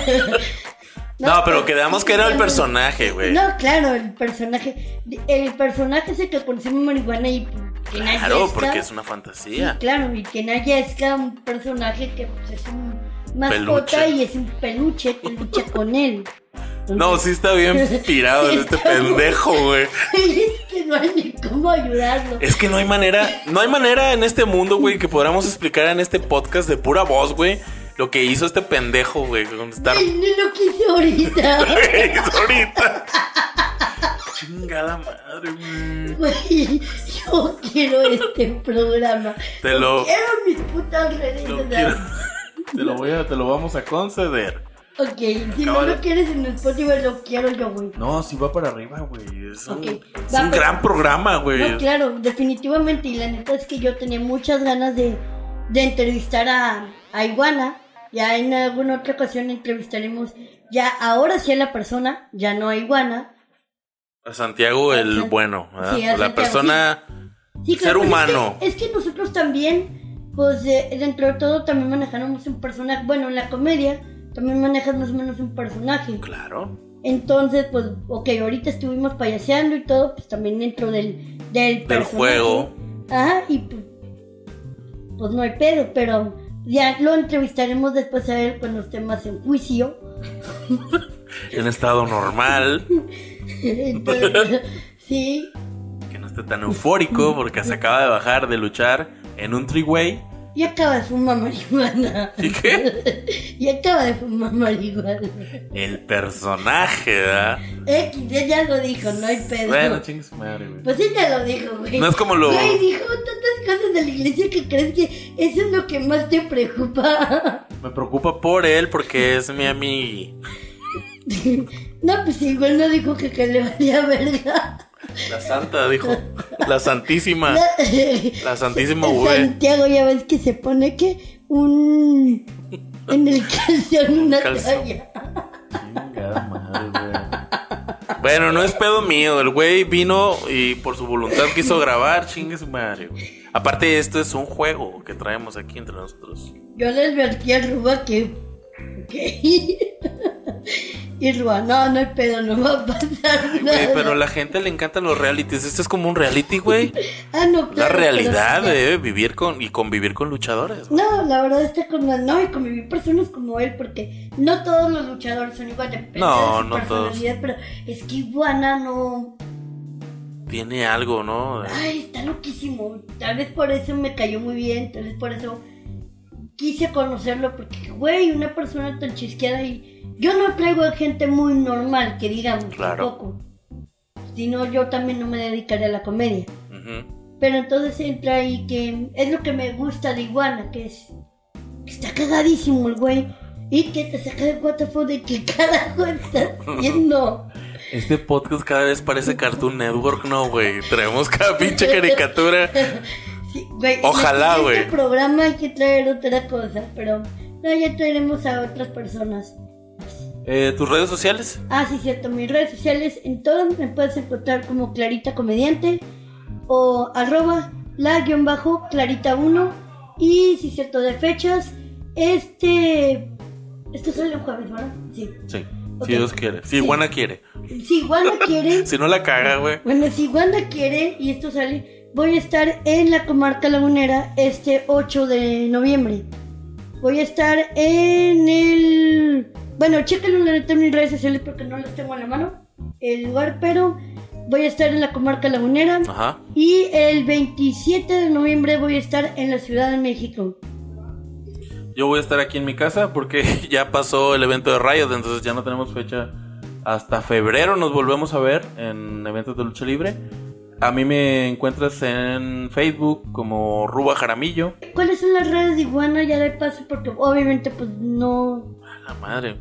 Speaker 3: No, pero quedamos que era el personaje, güey.
Speaker 2: No, claro, el personaje. El personaje es el que consume marihuana y quien
Speaker 3: Claro,
Speaker 2: hallazca-
Speaker 3: porque es una
Speaker 2: Sí,
Speaker 3: fantasía.
Speaker 2: claro, y quien hallazca un personaje que pues, es un mascota
Speaker 3: Peluche.
Speaker 2: y es un peluche que lucha con él.
Speaker 3: [laughs] No, sí está bien pirado en este pendejo, güey.
Speaker 2: [laughs] es que no hay ni cómo ayudarlo.
Speaker 3: Es que no hay manera, no hay manera en este mundo, güey, que podamos explicar en este podcast de pura voz, güey, lo que hizo este pendejo, güey, con estar [laughs]
Speaker 2: Ay, no lo quise ahorita.
Speaker 3: güey, ahorita. Chingada madre, güey.
Speaker 2: Güey, yo quiero este programa.
Speaker 3: Te lo-
Speaker 2: Quiero mis putas redes.
Speaker 3: Lo
Speaker 2: o sea,
Speaker 3: quiero- Te lo voy a, te lo vamos a conceder.
Speaker 2: Ok, si no
Speaker 3: Acaba de-
Speaker 2: lo quieres en Spotify, lo quiero yo, güey.
Speaker 3: No, si va para arriba, güey. Es un,
Speaker 2: Ok,
Speaker 3: es
Speaker 2: va, pues.
Speaker 3: un
Speaker 2: pero-
Speaker 3: gran programa, güey.
Speaker 2: No, claro, definitivamente. Y la neta es que yo tenía muchas ganas de, de entrevistar a, a Iguana. Ya en alguna otra ocasión entrevistaremos. Ya ahora sí a la persona, ya no a Iguana.
Speaker 3: A Santiago el
Speaker 2: Ajá.
Speaker 3: bueno, ¿verdad?
Speaker 2: Sí, a
Speaker 3: la
Speaker 2: Santiago,
Speaker 3: persona.
Speaker 2: Sí, claro,
Speaker 3: Ser
Speaker 2: pero es que-
Speaker 3: humano.
Speaker 2: Es que, nosotros también, pues de- dentro de todo, también manejamos un personaje. Bueno, en la comedia también manejas más o menos un personaje.
Speaker 3: Claro.
Speaker 2: Entonces, pues, ok, ahorita estuvimos payaseando y todo, pues también dentro del, del, personaje.
Speaker 3: juego.
Speaker 2: Ajá, y pues, pues no hay pedo, pero ya lo entrevistaremos después a ver con los temas en juicio. [laughs]
Speaker 3: En estado normal. [laughs]
Speaker 2: Entonces, sí,
Speaker 3: Que no esté tan eufórico porque se acaba de bajar de luchar en un three-way.
Speaker 2: y acaba de fumar marihuana.
Speaker 3: ¿Y qué?
Speaker 2: [laughs] Y acaba de fumar marihuana.
Speaker 3: El personaje, ¿verdad?
Speaker 2: X, ya, ya lo dijo, no hay pedo.
Speaker 3: Bueno, chingues madre, güey.
Speaker 2: Pues sí te lo dijo, güey.
Speaker 3: No es como lo-
Speaker 2: Güey, dijo tantas cosas de la iglesia que crees que eso es lo que más te preocupa.
Speaker 3: Me preocupa por él porque es mi amigo.
Speaker 2: No, pues igual no dijo que, que le valía verga.
Speaker 3: La santa, dijo. La santísima. La santísima, güey.
Speaker 2: Santiago ya ves que se pone que un... En el calzón una
Speaker 3: calzón.
Speaker 2: toalla.
Speaker 3: Bueno, no es pedo mío. El güey vino y por su voluntad quiso grabar. Chingue su madre, güey. Aparte, esto es un juego que traemos aquí entre nosotros.
Speaker 2: Yo le advertí a Ruba que... Ok. [laughs] Y Ruba, no, no hay pedo, no va a pasar nada.
Speaker 3: Güey, pero a la gente le encantan los realities. Esto es como un reality, güey.
Speaker 2: Ah, no,
Speaker 3: La
Speaker 2: claro, pero-
Speaker 3: realidad de vivir con y convivir con luchadores. güey.
Speaker 2: No, la verdad está con la- no y convivir personas como él porque no todos los luchadores son igual depende de
Speaker 3: No,
Speaker 2: su
Speaker 3: no Eh.
Speaker 2: personalidad, pero es que Iguana no,
Speaker 3: Tiene algo, ¿no?
Speaker 2: ay, está loquísimo. Tal vez por eso me cayó muy bien, tal vez por eso quise conocerlo porque güey, una persona tan chisqueada y yo no traigo a gente muy normal que digamos
Speaker 3: Claro.
Speaker 2: tampoco. Si no yo también no me dedicaré a la comedia.
Speaker 3: Ujú.
Speaker 2: Pero entonces entra ahí que es lo que me gusta de Iguana, que es que está cagadísimo el güey. Y que te saca de WTF de que [laughs] carajo estás haciendo. [laughs]
Speaker 3: Este podcast cada vez parece Cartoon Network, no, güey. Traemos cada pinche caricatura.
Speaker 2: Sí, güey,
Speaker 3: Ojalá,
Speaker 2: en este- en
Speaker 3: güey.
Speaker 2: Este programa hay que traer otra cosa, pero no, ya traeremos a otras personas.
Speaker 3: Eh, ¿Tus redes sociales?
Speaker 2: Ah, sí, cierto, mis redes sociales en todas me puedes encontrar como Clarita Comediante o arroba la guión bajo Clarita 1 y sí, cierto, de fechas, este... Esto sale un jueves, ¿verdad? Sí.
Speaker 3: Sí.
Speaker 2: Ok.
Speaker 3: Si Dios quiere. Si
Speaker 2: Sí.
Speaker 3: Iguana quiere.
Speaker 2: Si Wanda quiere,
Speaker 3: Si no la caga, güey.
Speaker 2: bueno, si Wanda quiere y esto sale, voy a estar en la comarca lagunera este 8 de noviembre. Voy a estar en el... Bueno, chéquenlo la neta en mis redes sociales porque no los tengo en la mano. El lugar, pero voy a estar en la comarca lagunera.
Speaker 3: Ajá.
Speaker 2: Y el 27 de noviembre voy a estar en la Ciudad de México.
Speaker 3: Yo voy a estar aquí en mi casa porque [laughs] ya pasó el evento de Rayos, entonces ya no tenemos fecha. Hasta febrero nos volvemos a ver en eventos de lucha libre. A mí me encuentras en Facebook como Ruba Jaramillo.
Speaker 2: ¿Cuáles son las redes de Iguana? Ya de paso porque obviamente pues no...
Speaker 3: La madre.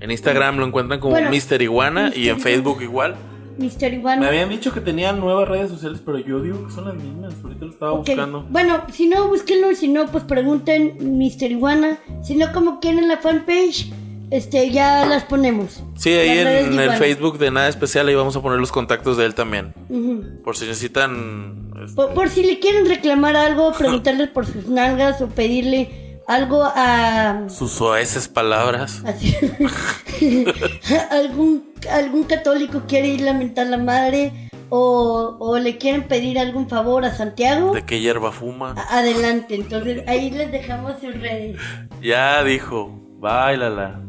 Speaker 3: En Instagram lo encuentran como
Speaker 2: Bueno,
Speaker 3: Mister Iguana y en
Speaker 2: Mr.
Speaker 3: Facebook igual.
Speaker 2: Mister Iguana.
Speaker 3: Me habían dicho que tenían nuevas redes sociales, pero yo digo que son las mismas. Ahorita lo estaba
Speaker 2: Ok,
Speaker 3: buscando.
Speaker 2: Bueno, si no, búsquenlo. y Si no, pues pregunten Mister Iguana. Si no, como quieren la fanpage. este, ya las ponemos.
Speaker 3: Sí, ahí
Speaker 2: Las
Speaker 3: en,
Speaker 2: redes de
Speaker 3: el
Speaker 2: Iván.
Speaker 3: Facebook de Nada Especial, ahí vamos a poner los contactos de él también.
Speaker 2: Ujú.
Speaker 3: Por si necesitan. este,
Speaker 2: Por, por si le quieren reclamar algo, preguntarle por sus nalgas o pedirle algo a...
Speaker 3: Sus soeces palabras.
Speaker 2: Así. [laughs] algún, algún católico quiere ir a lamentar la madre o, o le quieren pedir algún favor a Santiago,
Speaker 3: ¿De qué hierba fuma?
Speaker 2: a- adelante. Entonces ahí les dejamos sus redes.
Speaker 3: Ya dijo, bailala.